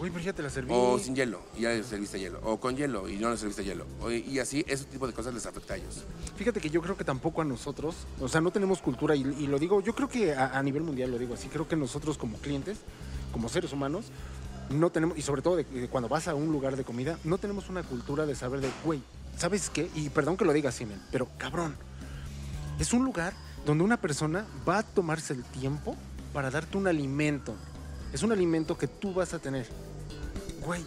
[SPEAKER 3] Uy, pero ya te la serví.
[SPEAKER 4] O sin hielo, y ya le serviste hielo. O con hielo, y no le serviste hielo. O- y así, ese tipo de cosas les afecta a ellos.
[SPEAKER 3] Fíjate que yo creo que tampoco a nosotros, o sea, no tenemos cultura y, y lo digo, yo creo que a, a nivel mundial lo digo así, creo que nosotros como clientes, como seres humanos, no tenemos, y sobre todo de- de cuando vas a un lugar de comida, no tenemos una cultura de saber de, güey, ¿sabes qué? Y perdón que lo diga así, men, pero cabrón, es un lugar donde una persona va a tomarse el tiempo para darte un alimento. Es un alimento que tú vas a tener. Güey,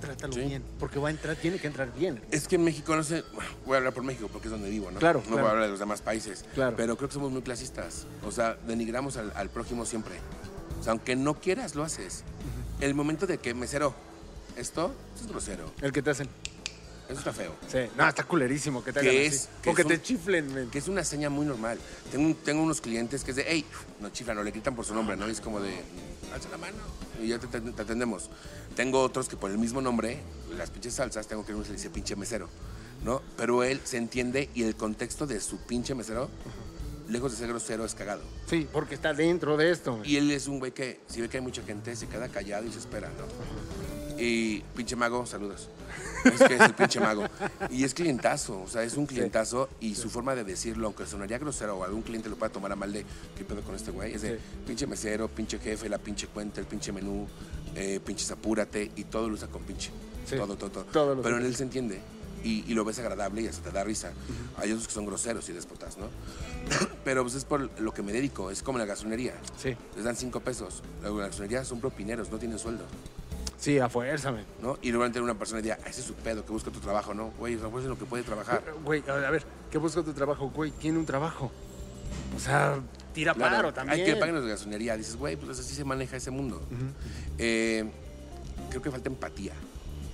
[SPEAKER 3] trátalo
[SPEAKER 4] Sí.
[SPEAKER 3] bien, porque va a entrar, tiene que entrar bien.
[SPEAKER 4] Es que en México, no sé, bueno, voy a hablar por México porque es donde vivo, ¿no?
[SPEAKER 3] Claro,
[SPEAKER 4] No
[SPEAKER 3] claro.
[SPEAKER 4] voy a hablar de los demás países.
[SPEAKER 3] Claro.
[SPEAKER 4] Pero creo que somos muy clasistas. O sea, denigramos al, al prójimo siempre. O sea, aunque no quieras, lo haces. El momento de que mesero, esto, esto es grosero.
[SPEAKER 3] El que te hacen.
[SPEAKER 4] Eso está feo.
[SPEAKER 3] Sí, no, está culerísimo que te
[SPEAKER 4] ¿Qué
[SPEAKER 3] hagan
[SPEAKER 4] es?
[SPEAKER 3] así.
[SPEAKER 4] ¿Qué
[SPEAKER 3] O que
[SPEAKER 4] es
[SPEAKER 3] te
[SPEAKER 4] un-
[SPEAKER 3] chiflen, men.
[SPEAKER 4] Que es una seña muy normal. Tengo, un- tengo unos clientes que es de, hey, no chiflan, o le gritan por su nombre, ¿no? Y es como de, alza la mano y ya te, te- te atendemos. Tengo otros que por el mismo nombre, las pinches salsas, tengo que uno se le dice pinche mesero, ¿no? Pero él se entiende y el contexto de su pinche mesero, lejos de ser grosero, es cagado.
[SPEAKER 3] Sí, porque está dentro de esto, men.
[SPEAKER 4] Y él es un güey que, si ve que hay mucha gente, se queda callado y se espera, ¿no? Y pinche mago, saludos. Es que es el pinche mago. Y es clientazo, o sea, es un clientazo y su forma de decirlo, aunque sonaría grosero o algún cliente lo pueda tomar a mal de qué pedo con este güey, es de pinche mesero, pinche jefe, la pinche cuenta, el pinche menú, eh, pinches apúrate y todo lo usa con pinche.
[SPEAKER 3] Sí.
[SPEAKER 4] Todo, todo, todo.
[SPEAKER 3] Todo lo
[SPEAKER 4] Pero
[SPEAKER 3] usa.
[SPEAKER 4] en él se entiende y, y lo ves agradable y hasta te da risa. Hay otros que son groseros y despotas, ¿no? Pero pues es por lo que me dedico, es como la gasolinería.
[SPEAKER 3] Sí,
[SPEAKER 4] Les dan cinco pesos. La gasolinería son propineros, no tienen sueldo.
[SPEAKER 3] sí, a fuerza, men.
[SPEAKER 4] ¿no? Y normalmente una persona diría, "Ah, ese es su pedo, que busca tu trabajo, ¿no? Güey, refuercen lo que puede trabajar.
[SPEAKER 3] Güey, a ver, ¿qué busca tu trabajo? Güey, tiene un trabajo. O sea, tira
[SPEAKER 4] Claro,
[SPEAKER 3] paro también.
[SPEAKER 4] Hay que pagar los de gasolinería. Dices, güey, pues así se maneja ese mundo. Eh, creo que falta empatía.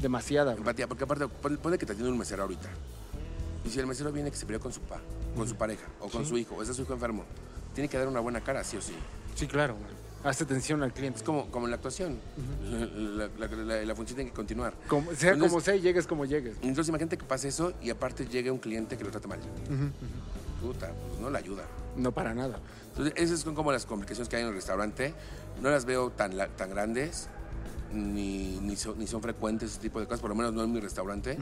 [SPEAKER 3] Demasiada, güey.
[SPEAKER 4] Empatía, porque aparte, pon- ponle que te atiende un mesero ahorita. Y si el mesero viene que se peleó con su, pa, con su pareja, o con su hijo, o está su hijo enfermo, tiene que dar una buena cara, sí o sí.
[SPEAKER 3] Sí, claro, güey. Hace atención al cliente.
[SPEAKER 4] Es como, como en la actuación. La- la, la- la- la función tiene que continuar.
[SPEAKER 3] Como- sea
[SPEAKER 4] Entonces-
[SPEAKER 3] como sea y llegues como llegues.
[SPEAKER 4] Entonces imagínate que pase eso y aparte llegue un cliente que lo trata mal. Puta, pues no le ayuda.
[SPEAKER 3] No para nada.
[SPEAKER 4] Entonces esas son como las complicaciones que hay en el restaurante. No las veo tan, la- tan grandes, ni, ni, son, ni son frecuentes ese tipo de cosas, por lo menos no en mi restaurante.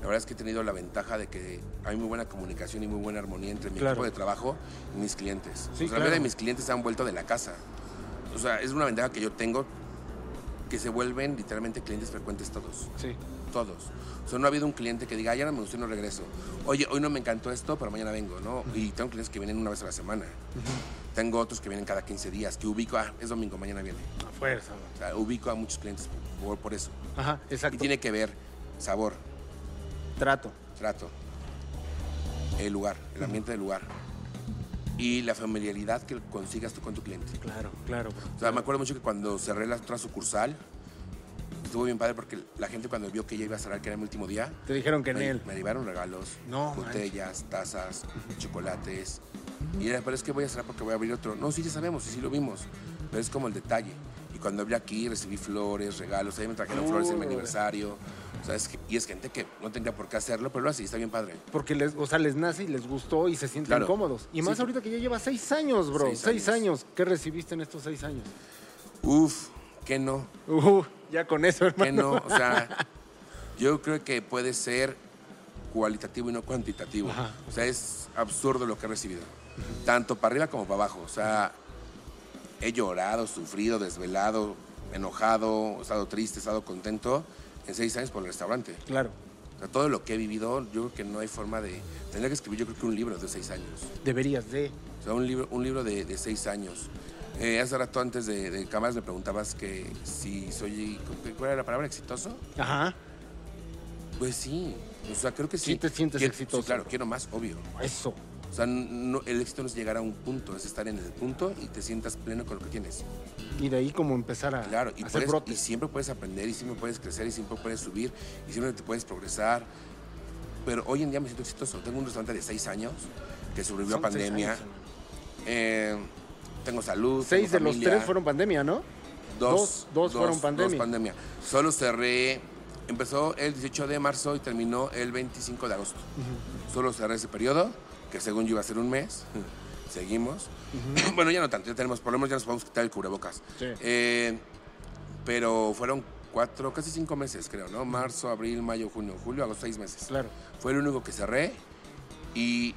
[SPEAKER 4] La verdad es que he tenido la ventaja de que hay muy buena comunicación y muy buena armonía entre mi
[SPEAKER 3] Claro.
[SPEAKER 4] equipo de trabajo y mis clientes.
[SPEAKER 3] Sí,
[SPEAKER 4] o sea, la mayoría de
[SPEAKER 3] claro.
[SPEAKER 4] mis clientes se han vuelto de la casa. O sea, es una ventaja que yo tengo que se vuelven literalmente clientes frecuentes todos.
[SPEAKER 3] Sí.
[SPEAKER 4] Todos. O sea, no ha habido un cliente que diga, "Ay, ya no me gustó y no regreso. Oye, hoy no me encantó esto, pero mañana vengo, ¿no? Y tengo clientes que vienen una vez a la semana. Tengo otros que vienen cada 15 días, que ubico, ah, es domingo, mañana viene.
[SPEAKER 3] A fuerza, güey.
[SPEAKER 4] O sea, ubico a muchos clientes por, por eso.
[SPEAKER 3] Ajá,
[SPEAKER 4] Y
[SPEAKER 3] exacto.
[SPEAKER 4] tiene que ver sabor,
[SPEAKER 3] trato.
[SPEAKER 4] trato, el lugar, el ambiente del lugar y la familiaridad que consigas tú con tu cliente.
[SPEAKER 3] Claro, claro, bro.
[SPEAKER 4] O sea, me acuerdo mucho que cuando cerré la otra sucursal, estuvo bien padre porque la gente cuando vio que ya iba a cerrar, que era mi último día,
[SPEAKER 3] Te dijeron que en
[SPEAKER 4] me,
[SPEAKER 3] él.
[SPEAKER 4] me llevaron regalos,
[SPEAKER 3] No,
[SPEAKER 4] botellas, tazas, chocolates. Y era, pero es que voy a cerrar porque voy a abrir otro. No, sí, ya sabemos, sí, sí lo vimos. Pero es como el detalle. Y cuando hablé aquí, recibí flores, regalos. Ahí me trajeron
[SPEAKER 3] Uh.
[SPEAKER 4] flores en mi aniversario. O sea, es que- y es gente que no tendría por qué hacerlo, pero lo hace y está bien padre.
[SPEAKER 3] Porque les, o sea, les nace y les gustó y se sienten
[SPEAKER 4] Claro.
[SPEAKER 3] cómodos. Y más
[SPEAKER 4] Sí.
[SPEAKER 3] ahorita que ya llevas seis años, bro.
[SPEAKER 4] Seis
[SPEAKER 3] Seis,
[SPEAKER 4] años.
[SPEAKER 3] años. ¿Qué recibiste en estos seis años?
[SPEAKER 4] Uf, que no,
[SPEAKER 3] Uh, ya con eso,
[SPEAKER 4] que
[SPEAKER 3] hermano.
[SPEAKER 4] no. O sea, yo creo que puede ser cualitativo y no cuantitativo. O sea, es absurdo lo que he recibido. Tanto para arriba como para abajo. O sea, he llorado, sufrido, desvelado, enojado, he estado triste, he estado contento en seis años por el restaurante.
[SPEAKER 3] Claro.
[SPEAKER 4] O sea, todo lo que he vivido, yo creo que no hay forma de... Tendría que escribir yo creo que un libro de seis años.
[SPEAKER 3] Deberías de.
[SPEAKER 4] O sea, un libro, un libro de, de seis años. Eh, hace rato antes de, de cámaras me preguntabas que si soy... ¿Cuál era la palabra? ¿Exitoso?
[SPEAKER 3] Ajá.
[SPEAKER 4] Pues sí. O sea, creo que sí.
[SPEAKER 3] Sí te sientes
[SPEAKER 4] Quiero-
[SPEAKER 3] exitoso.
[SPEAKER 4] Sí, claro, quiero más, obvio.
[SPEAKER 3] Eso.
[SPEAKER 4] O sea, no- el éxito no es llegar a un punto, es estar en el punto y te sientas pleno con lo que tienes.
[SPEAKER 3] Y de ahí como empezar a,
[SPEAKER 4] Claro, y,
[SPEAKER 3] a Ah, hacer
[SPEAKER 4] puedes-
[SPEAKER 3] brotes.
[SPEAKER 4] y siempre puedes aprender, y siempre puedes crecer, y siempre puedes subir, y siempre te puedes progresar. Pero hoy en día me siento exitoso. Tengo un restaurante de seis años que sobrevivió a
[SPEAKER 3] Son seis
[SPEAKER 4] pandemia.
[SPEAKER 3] años, hermano.
[SPEAKER 4] Eh, tengo salud.
[SPEAKER 3] Seis de
[SPEAKER 4] tengo
[SPEAKER 3] los
[SPEAKER 4] familia.
[SPEAKER 3] tres fueron pandemia, ¿no? dos- dos fueron pandemia.
[SPEAKER 4] Solo cerré. Empezó el 18 de marzo y terminó el 25 de agosto. Solo cerré ese periodo, que según yo iba a ser un mes. Seguimos. bueno, ya no tanto, ya tenemos problemas, ya nos podemos quitar el cubrebocas.
[SPEAKER 3] Sí.
[SPEAKER 4] Eh, pero fueron cuatro, casi cinco meses, creo, ¿no? Marzo, abril, mayo, junio, julio, agosto, seis meses.
[SPEAKER 3] Claro.
[SPEAKER 4] Fue el único que cerré y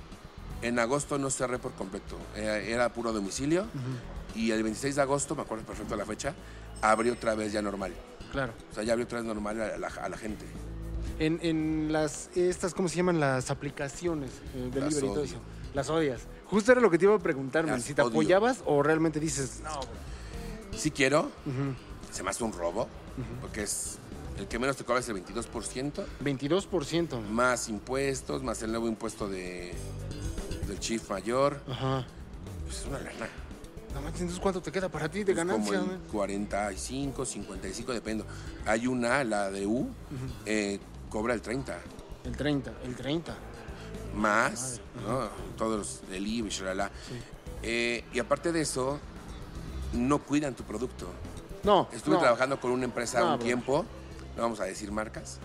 [SPEAKER 4] en agosto no cerré por completo. Era, era puro domicilio y el 26 de agosto, me acuerdo perfecto la fecha, abrí otra vez ya normal.
[SPEAKER 3] Claro.
[SPEAKER 4] O sea, ya abrí otra vez normal a la, a la gente.
[SPEAKER 3] En, en las, estas, ¿cómo se llaman? Las aplicaciones eh, delivery y todo
[SPEAKER 4] odio.
[SPEAKER 3] eso. Las odias. Justo era lo que te iba a preguntar, man,
[SPEAKER 4] Las
[SPEAKER 3] si te
[SPEAKER 4] odio.
[SPEAKER 3] apoyabas o realmente dices, no,
[SPEAKER 4] Si quiero, se me hace un robo, porque es el que menos te cobra es el 22%,
[SPEAKER 3] 22%. man.
[SPEAKER 4] más impuestos, más el nuevo impuesto de, del chief mayor.
[SPEAKER 3] Ajá.
[SPEAKER 4] Pues es una lana.
[SPEAKER 3] No manches, entonces ¿cuánto te queda para ti de
[SPEAKER 4] Pues
[SPEAKER 3] ganancia?
[SPEAKER 4] Como en
[SPEAKER 3] man?
[SPEAKER 4] 45, 55, depende. Hay una, la de U, eh, cobra el 30.
[SPEAKER 3] El 30, el 30.
[SPEAKER 4] más, ¿no? Todos los IVA y shalala. Eh, y aparte de eso, no cuidan tu producto.
[SPEAKER 3] No,
[SPEAKER 4] Estuve
[SPEAKER 3] no.
[SPEAKER 4] trabajando con una empresa
[SPEAKER 3] No, pues.
[SPEAKER 4] un
[SPEAKER 3] brother.
[SPEAKER 4] tiempo, no vamos a decir marcas.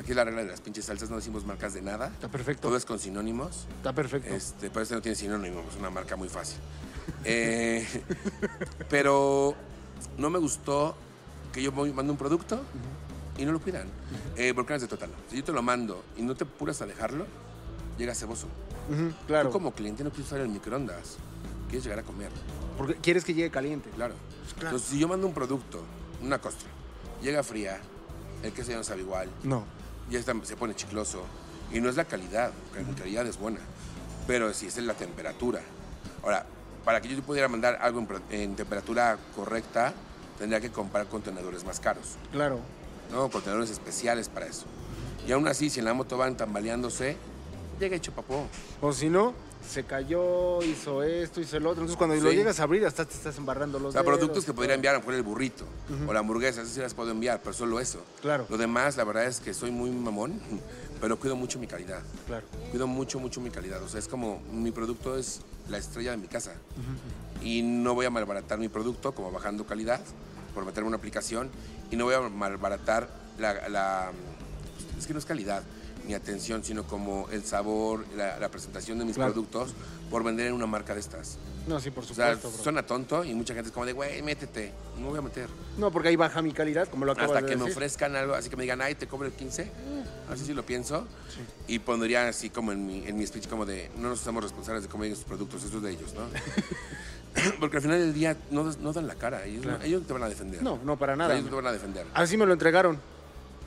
[SPEAKER 4] Aquí es la regla de las pinches salsas, no decimos marcas de nada.
[SPEAKER 3] Está perfecto.
[SPEAKER 4] Todo es con sinónimos.
[SPEAKER 3] Está perfecto.
[SPEAKER 4] Este, pero este no tiene sinónimo, es una marca muy fácil. Eh, pero no me gustó que yo voy- mando un producto y no lo cuidan. Eh, volcanes de Totala. Si yo te lo mando y no te apuras a dejarlo, llega ceboso.
[SPEAKER 3] Ujú, claro.
[SPEAKER 4] Tú como cliente no quieres usar el microondas, quieres llegar a comer,
[SPEAKER 3] Porque quieres que llegue caliente.
[SPEAKER 4] claro.
[SPEAKER 3] Pues claro.
[SPEAKER 4] Entonces, si yo mando un producto, una costra, llega fría, el queso ya no sabe igual,
[SPEAKER 3] No.
[SPEAKER 4] ya está- se pone chicloso, y no es la calidad, porque la calidad es buena, pero si es la temperatura. Ahora, para que yo te pudiera mandar algo en, pro- en temperatura correcta, tendría que comprar contenedores más caros,
[SPEAKER 3] Claro.
[SPEAKER 4] ¿no? Contenedores especiales para eso. Y aún así, si en la moto van tambaleándose, llega hecho papó.
[SPEAKER 3] O si no, se cayó, hizo esto, hizo el otro. Entonces cuando lo
[SPEAKER 4] Sí.
[SPEAKER 3] llegas a abrir, hasta te estás embarrando los
[SPEAKER 4] O sea,
[SPEAKER 3] dedos,
[SPEAKER 4] productos que
[SPEAKER 3] todo.
[SPEAKER 4] podría enviar, a lo mejor el burrito o la hamburguesa, esas sí las puedo enviar, pero solo eso.
[SPEAKER 3] Claro.
[SPEAKER 4] Lo demás, la verdad es que soy muy mamón, pero cuido mucho mi calidad.
[SPEAKER 3] Claro.
[SPEAKER 4] Cuido mucho, mucho mi calidad. O sea, es como mi producto es la estrella de mi casa. Y no voy a malbaratar mi producto como bajando calidad por meterme una aplicación. Y no voy a malbaratar la. la- es que no es calidad ni atención, sino como el sabor, la, la presentación de mis
[SPEAKER 3] Claro.
[SPEAKER 4] productos por vender en una marca de estas.
[SPEAKER 3] No, sí, por
[SPEAKER 4] O sea,
[SPEAKER 3] supuesto, bro.
[SPEAKER 4] suena tonto y mucha gente es como de, güey, métete. No me voy a meter.
[SPEAKER 3] No, porque ahí baja mi calidad, como lo acabas
[SPEAKER 4] Hasta
[SPEAKER 3] de
[SPEAKER 4] que me
[SPEAKER 3] decir.
[SPEAKER 4] ofrezcan algo, así que me digan, ay, te cobro el 15. Así sí lo pienso. Y pondría así como en mi, en mi speech, como de, no nos hacemos responsables de cómo llegan sus productos, eso es de ellos, ¿no? Porque al final del día no, no dan la cara. Ellos, no, ellos no te van a defender.
[SPEAKER 3] No, no, para
[SPEAKER 4] O sea,
[SPEAKER 3] nada.
[SPEAKER 4] ellos no te van a defender.
[SPEAKER 3] Así me lo entregaron.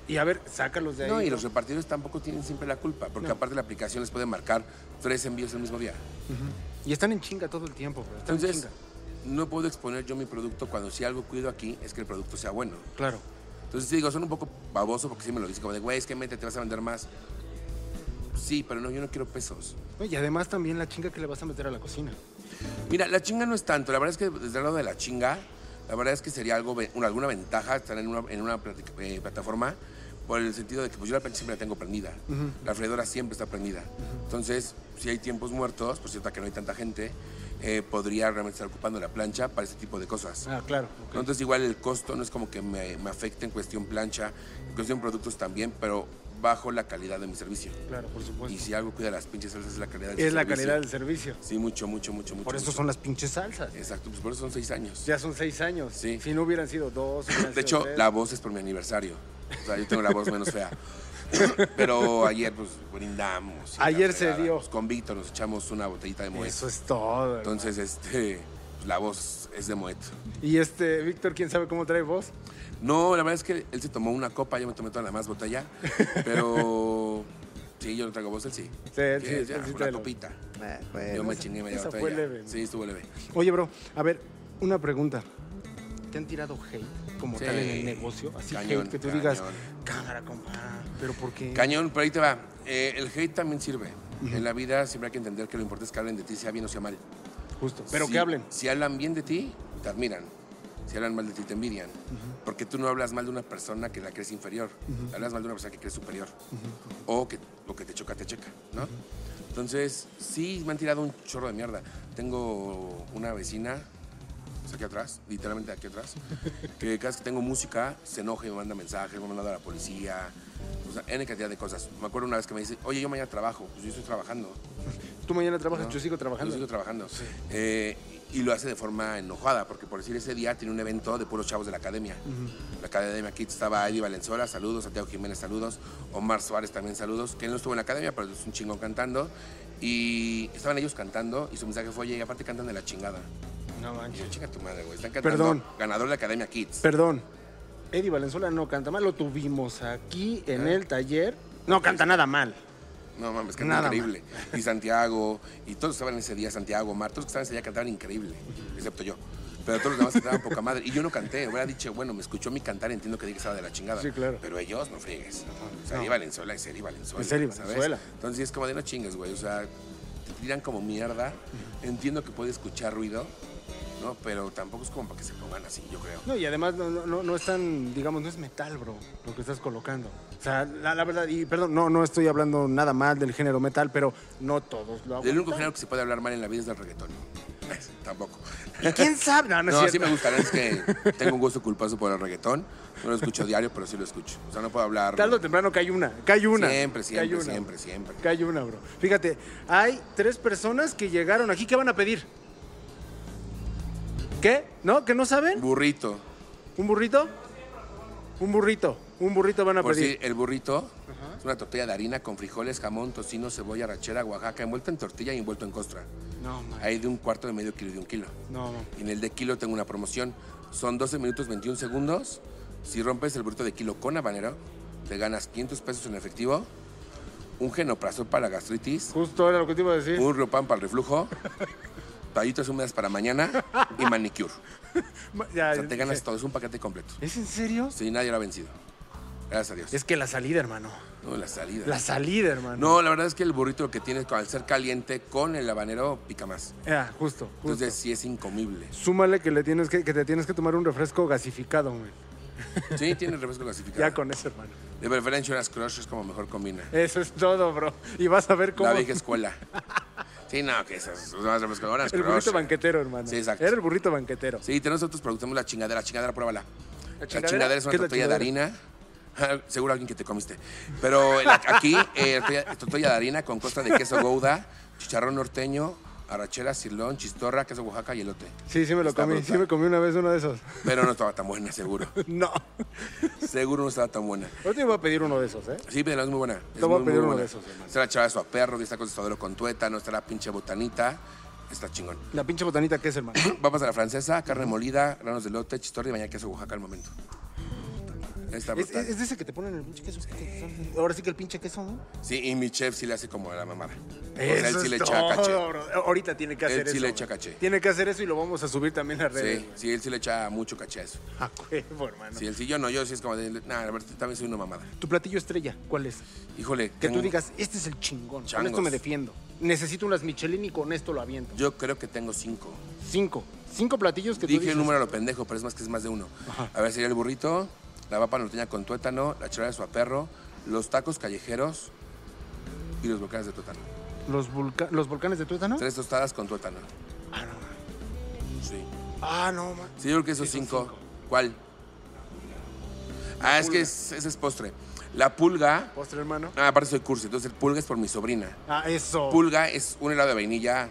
[SPEAKER 3] Y a ver, sácalos de ahí.
[SPEAKER 4] No, y los repartidores tampoco tienen siempre la culpa, porque aparte la aplicación les puede marcar tres envíos el mismo día.
[SPEAKER 3] Y están en chinga todo el tiempo, bro. Están en Ah,
[SPEAKER 4] Entonces,
[SPEAKER 3] chinga.
[SPEAKER 4] no puedo exponer yo mi producto cuando si algo cuido aquí es que el producto sea bueno.
[SPEAKER 3] Claro.
[SPEAKER 4] Entonces sí digo, son un poco baboso porque sí me lo dicen como de, güey, es que mente, te vas a vender más. Sí, pero no, yo no quiero pesos.
[SPEAKER 3] No, Y además también la chinga que le vas a meter a la cocina.
[SPEAKER 4] Mira, la chinga no es tanto. La verdad es que desde el lado de la chinga, la verdad es que sería algo, ve- una- alguna ventaja estar en una, en una platic- eh, plataforma por el sentido de que pues, yo la plancha siempre la tengo prendida. La freidora siempre está prendida. Entonces, si hay tiempos muertos, por cierto que no hay tanta gente, eh, podría realmente estar ocupando la plancha para este tipo de cosas.
[SPEAKER 3] Ah, claro.
[SPEAKER 4] ¿no? Entonces igual el costo no es como que me, me afecte en cuestión plancha, en cuestión productos también, pero bajo la calidad de mi servicio.
[SPEAKER 3] Claro, por
[SPEAKER 4] Y
[SPEAKER 3] supuesto.
[SPEAKER 4] si algo cuida las pinches salsas es la calidad del
[SPEAKER 3] Pues Es la
[SPEAKER 4] servicio.
[SPEAKER 3] calidad del servicio.
[SPEAKER 4] Sí, mucho, mucho, mucho, mucho.
[SPEAKER 3] Por eso
[SPEAKER 4] mucho.
[SPEAKER 3] son las pinches salsas.
[SPEAKER 4] Exacto, pues por eso son seis años.
[SPEAKER 3] Ya son seis años.
[SPEAKER 4] Sí.
[SPEAKER 3] Si no hubieran sido dos, hubieran
[SPEAKER 4] De
[SPEAKER 3] sido
[SPEAKER 4] hecho,
[SPEAKER 3] tres.
[SPEAKER 4] la voz es por mi aniversario. O sea, yo tengo la voz menos fea. Pero ayer pues brindamos. y la
[SPEAKER 3] Ayer se
[SPEAKER 4] fregada.
[SPEAKER 3] dio.
[SPEAKER 4] Pues, con Víctor nos echamos una botellita de Moet.
[SPEAKER 3] Eso es todo. hermano.
[SPEAKER 4] eh. Entonces, este, pues, la voz es de Moet.
[SPEAKER 3] Y este, Víctor, ¿quién sabe cómo trae voz?
[SPEAKER 4] No, la verdad es que él se tomó una copa, yo me tomé toda la más botella, pero sí, yo no traigo voz, él sí.
[SPEAKER 3] Sí, él sí,
[SPEAKER 4] ya,
[SPEAKER 3] él sí
[SPEAKER 4] una
[SPEAKER 3] te lo-
[SPEAKER 4] copita.
[SPEAKER 3] Eh, bueno,
[SPEAKER 4] yo me
[SPEAKER 3] esa-
[SPEAKER 4] chingué media
[SPEAKER 3] esa
[SPEAKER 4] botella.
[SPEAKER 3] fue leve.
[SPEAKER 4] Sí, estuvo leve.
[SPEAKER 3] Oye, bro, a ver, una pregunta. ¿Te han tirado hate como
[SPEAKER 4] Sí.
[SPEAKER 3] tal en el negocio? Así
[SPEAKER 4] Cañón,
[SPEAKER 3] hate que tú
[SPEAKER 4] cañón.
[SPEAKER 3] digas, cámara, compa, pero ¿por qué?
[SPEAKER 4] Cañón, pero ahí te va. Eh, el hate también sirve. En la vida siempre hay que entender que lo importante es que hablen de ti, sea bien o sea mal.
[SPEAKER 3] Justo, pero
[SPEAKER 4] Si-
[SPEAKER 3] que hablen.
[SPEAKER 4] Si hablan bien de ti, te admiran. Si hablan mal de ti, te envidian. Porque tú no hablas mal de una persona que la crees inferior. Hablas mal de una persona que crees superior. O que lo que te choca, te checa, ¿no? Entonces, sí, me han tirado un chorro de mierda. Tengo una vecina, pues, aquí atrás, literalmente aquí atrás, que cada vez que tengo música, se enoja y me manda mensajes, me manda a la policía. O sea, N cantidad de cosas. Me acuerdo una vez que me dice, oye, yo mañana trabajo. Pues yo estoy trabajando.
[SPEAKER 3] Tú mañana trabajas,
[SPEAKER 4] No,
[SPEAKER 3] yo sigo trabajando.
[SPEAKER 4] Yo sigo trabajando. Eh, y lo hace de forma enojada, porque por decir, ese día tiene un evento de puros chavos de la academia. La academia aquí estaba Eddie Valenzuela, saludos, Santiago Jiménez, saludos, Omar Suárez también, saludos, que él no estuvo en la academia, pero es un chingón cantando. Y estaban ellos cantando, y su mensaje fue, oye, y aparte cantan de la chingada.
[SPEAKER 3] No
[SPEAKER 4] Y yo,
[SPEAKER 3] manches.
[SPEAKER 4] chinga tu madre, güey, están cantando.
[SPEAKER 3] Perdón.
[SPEAKER 4] Ganador de la Academia Kids.
[SPEAKER 3] Perdón, Eddie Valenzuela no canta mal, lo tuvimos aquí en el taller. Eh. No canta nada mal.
[SPEAKER 4] No mames,
[SPEAKER 3] Nada
[SPEAKER 4] cantaba increíble. Y Santiago, y todos estaban ese día, Santiago, Mar, todos que estaban ese día cantaban increíble, excepto yo. Pero todos los demás cantaban poca madre. Y yo no canté, hubiera dicho, bueno, me escuchó mi cantar, entiendo que dije que estaba de la chingada.
[SPEAKER 3] Sí, claro.
[SPEAKER 4] Pero ellos no friegues. O sea, Eddie Valenzuela es Eddie Valenzuela.
[SPEAKER 3] Es Eddie
[SPEAKER 4] ¿sabes?
[SPEAKER 3] Valenzuela.
[SPEAKER 4] Entonces es como de no chingues, güey. O sea, te tiran como mierda. Entiendo que puede escuchar ruido. ¿no? Pero tampoco es como para que se pongan así, yo creo.
[SPEAKER 3] No, y además no, no, no, no es tan, digamos, no es metal, bro, lo que estás colocando. O sea, la, la verdad, y perdón, no, no estoy hablando nada mal del género metal, pero no todos lo
[SPEAKER 4] El
[SPEAKER 3] hago.
[SPEAKER 4] único género que se puede hablar mal en la vida es del reggaetón. Tampoco.
[SPEAKER 3] ¿Quién sabe? No, no, es
[SPEAKER 4] No, sí
[SPEAKER 3] cierto.
[SPEAKER 4] me gusta, la verdad es que tengo un gusto culposo por el reggaetón. No lo escucho diario, pero sí lo escucho. O sea, no puedo hablar.
[SPEAKER 3] Tarde o temprano cae una, cae una.
[SPEAKER 4] Siempre, siempre,
[SPEAKER 3] cae una,
[SPEAKER 4] siempre,
[SPEAKER 3] bro.
[SPEAKER 4] siempre.
[SPEAKER 3] Cae una, bro. Fíjate, hay tres personas que llegaron aquí. ¿Qué van a pedir? ¿Qué? ¿No? ¿Que no saben?
[SPEAKER 4] Burrito.
[SPEAKER 3] ¿Un burrito? Un burrito. Un burrito van a
[SPEAKER 4] Por
[SPEAKER 3] pedir.
[SPEAKER 4] si el burrito es una tortilla de harina con frijoles, jamón, tocino, cebolla, rachera, Oaxaca, envuelto en tortilla y envuelto en costra.
[SPEAKER 3] No, man.
[SPEAKER 4] Hay de un cuarto de medio kilo y de un kilo.
[SPEAKER 3] No, man.
[SPEAKER 4] Y en el de kilo tengo una promoción. Son 12 minutos 21 segundos. Si rompes el burrito de kilo con habanero, te ganas 500 pesos en efectivo, un genoprazol para gastritis,
[SPEAKER 3] Justo era lo que te iba a decir.
[SPEAKER 4] un ropan para el reflujo, toallitas húmedas para mañana y manicure.
[SPEAKER 3] Ma- ya,
[SPEAKER 4] O sea, te ganas
[SPEAKER 3] eh,
[SPEAKER 4] todo, es un paquete completo.
[SPEAKER 3] ¿Es en serio?
[SPEAKER 4] Sí, nadie lo ha vencido. Gracias a Dios.
[SPEAKER 3] Es que la salida, hermano.
[SPEAKER 4] No, la salida.
[SPEAKER 3] La salida, hermano.
[SPEAKER 4] No, la verdad es que el burrito que tienes al ser caliente con el habanero pica más.
[SPEAKER 3] Ya, justo, justo.
[SPEAKER 4] Entonces sí es incomible.
[SPEAKER 3] Súmale que, le tienes que, que te tienes que tomar un refresco gasificado, güey.
[SPEAKER 4] Sí, tiene refresco clasificado.
[SPEAKER 3] Ya con eso, hermano.
[SPEAKER 4] De preferencia unas crushes como mejor combina.
[SPEAKER 3] Eso es todo, bro. Y vas a ver cómo.
[SPEAKER 4] La vieja escuela. Sí, no, que esas unas refresco, unas
[SPEAKER 3] El burrito
[SPEAKER 4] Crush.
[SPEAKER 3] banquetero, hermano.
[SPEAKER 4] Sí, exacto.
[SPEAKER 3] Era el burrito banquetero.
[SPEAKER 4] Sí, te- nosotros producimos la chingadera, chingadera, pruébala. La chingadera,
[SPEAKER 3] chingadera?
[SPEAKER 4] es una
[SPEAKER 3] ¿Qué es la
[SPEAKER 4] tortilla de
[SPEAKER 3] chingadera?
[SPEAKER 4] harina. Ah, Seguro alguien que te comiste. Pero el- aquí, eh, tortilla- tortilla de harina con costa de queso gouda, chicharrón norteño, arrachera, cirlón, chistorra, queso Oaxaca y elote.
[SPEAKER 3] Sí, sí me lo
[SPEAKER 4] Está
[SPEAKER 3] comí.
[SPEAKER 4] brutal.
[SPEAKER 3] Sí me comí una vez uno de esos.
[SPEAKER 4] Pero no estaba tan buena, seguro.
[SPEAKER 3] no.
[SPEAKER 4] Seguro no estaba tan buena.
[SPEAKER 3] Yo te iba a pedir uno de esos, ¿eh?
[SPEAKER 4] Sí, pero es muy buena. Es
[SPEAKER 3] Te voy a
[SPEAKER 4] muy,
[SPEAKER 3] pedir
[SPEAKER 4] muy
[SPEAKER 3] uno
[SPEAKER 4] buena.
[SPEAKER 3] de esos, hermano.
[SPEAKER 4] Está la chava de su perro, que está con su suadero con tuétano, está la pinche botanita. Está chingón.
[SPEAKER 3] La pinche botanita que es, hermano.
[SPEAKER 4] Papas a la francesa, carne molida, granos de lote, chistorra y bañar queso Oaxaca al momento. Está
[SPEAKER 3] Es,
[SPEAKER 4] brutal.
[SPEAKER 3] es- es de ese que te ponen el pinche queso. Ahora sí que el pinche queso, ¿no?
[SPEAKER 4] Sí, y mi chef sí le hace como a la mamada. O sea,
[SPEAKER 3] Eso
[SPEAKER 4] él sí
[SPEAKER 3] es
[SPEAKER 4] le
[SPEAKER 3] todo,
[SPEAKER 4] echa caché.
[SPEAKER 3] bro. Ahorita tiene que
[SPEAKER 4] Él
[SPEAKER 3] hacer eso.
[SPEAKER 4] sí le
[SPEAKER 3] güey.
[SPEAKER 4] echa caché.
[SPEAKER 3] Tiene que hacer eso y lo vamos a subir también a redes. Ah,
[SPEAKER 4] Sí,
[SPEAKER 3] güey.
[SPEAKER 4] sí, él sí le echa mucho caché a eso.
[SPEAKER 3] A huevo, hermano.
[SPEAKER 4] Sí, él sí, yo no, yo sí es como de, nah, la verdad, también soy una mamada.
[SPEAKER 3] ¿Tu platillo estrella cuál es?
[SPEAKER 4] Híjole.
[SPEAKER 3] Que tú
[SPEAKER 4] tengo-
[SPEAKER 3] digas, este es el chingón. Con
[SPEAKER 4] Changos.
[SPEAKER 3] esto me defiendo. Necesito unas Michelin y con esto lo aviento.
[SPEAKER 4] Yo creo que tengo cinco.
[SPEAKER 3] Cinco. Cinco platillos que tú
[SPEAKER 4] Dije
[SPEAKER 3] dices,
[SPEAKER 4] el número a lo pendejo, pero es más que es más de uno. A ver, sería el burrito, la papa norteña con tuétano, la chorra de suaperro, los tacos callejeros y los volcanes de tuétano.
[SPEAKER 3] Los, vulca- los volcanes de tuétano.
[SPEAKER 4] Tres tostadas con tuétano.
[SPEAKER 3] Ah, no.
[SPEAKER 4] Sí.
[SPEAKER 3] Ah, no, man.
[SPEAKER 4] Sí, yo creo que esos cinco. ¿Cuál? Ah, es que es- ese es postre. La pulga.
[SPEAKER 3] Postre, hermano.
[SPEAKER 4] Ah, aparte soy cursi, entonces el pulga es por mi sobrina.
[SPEAKER 3] Ah, eso.
[SPEAKER 4] Pulga es un helado de vainilla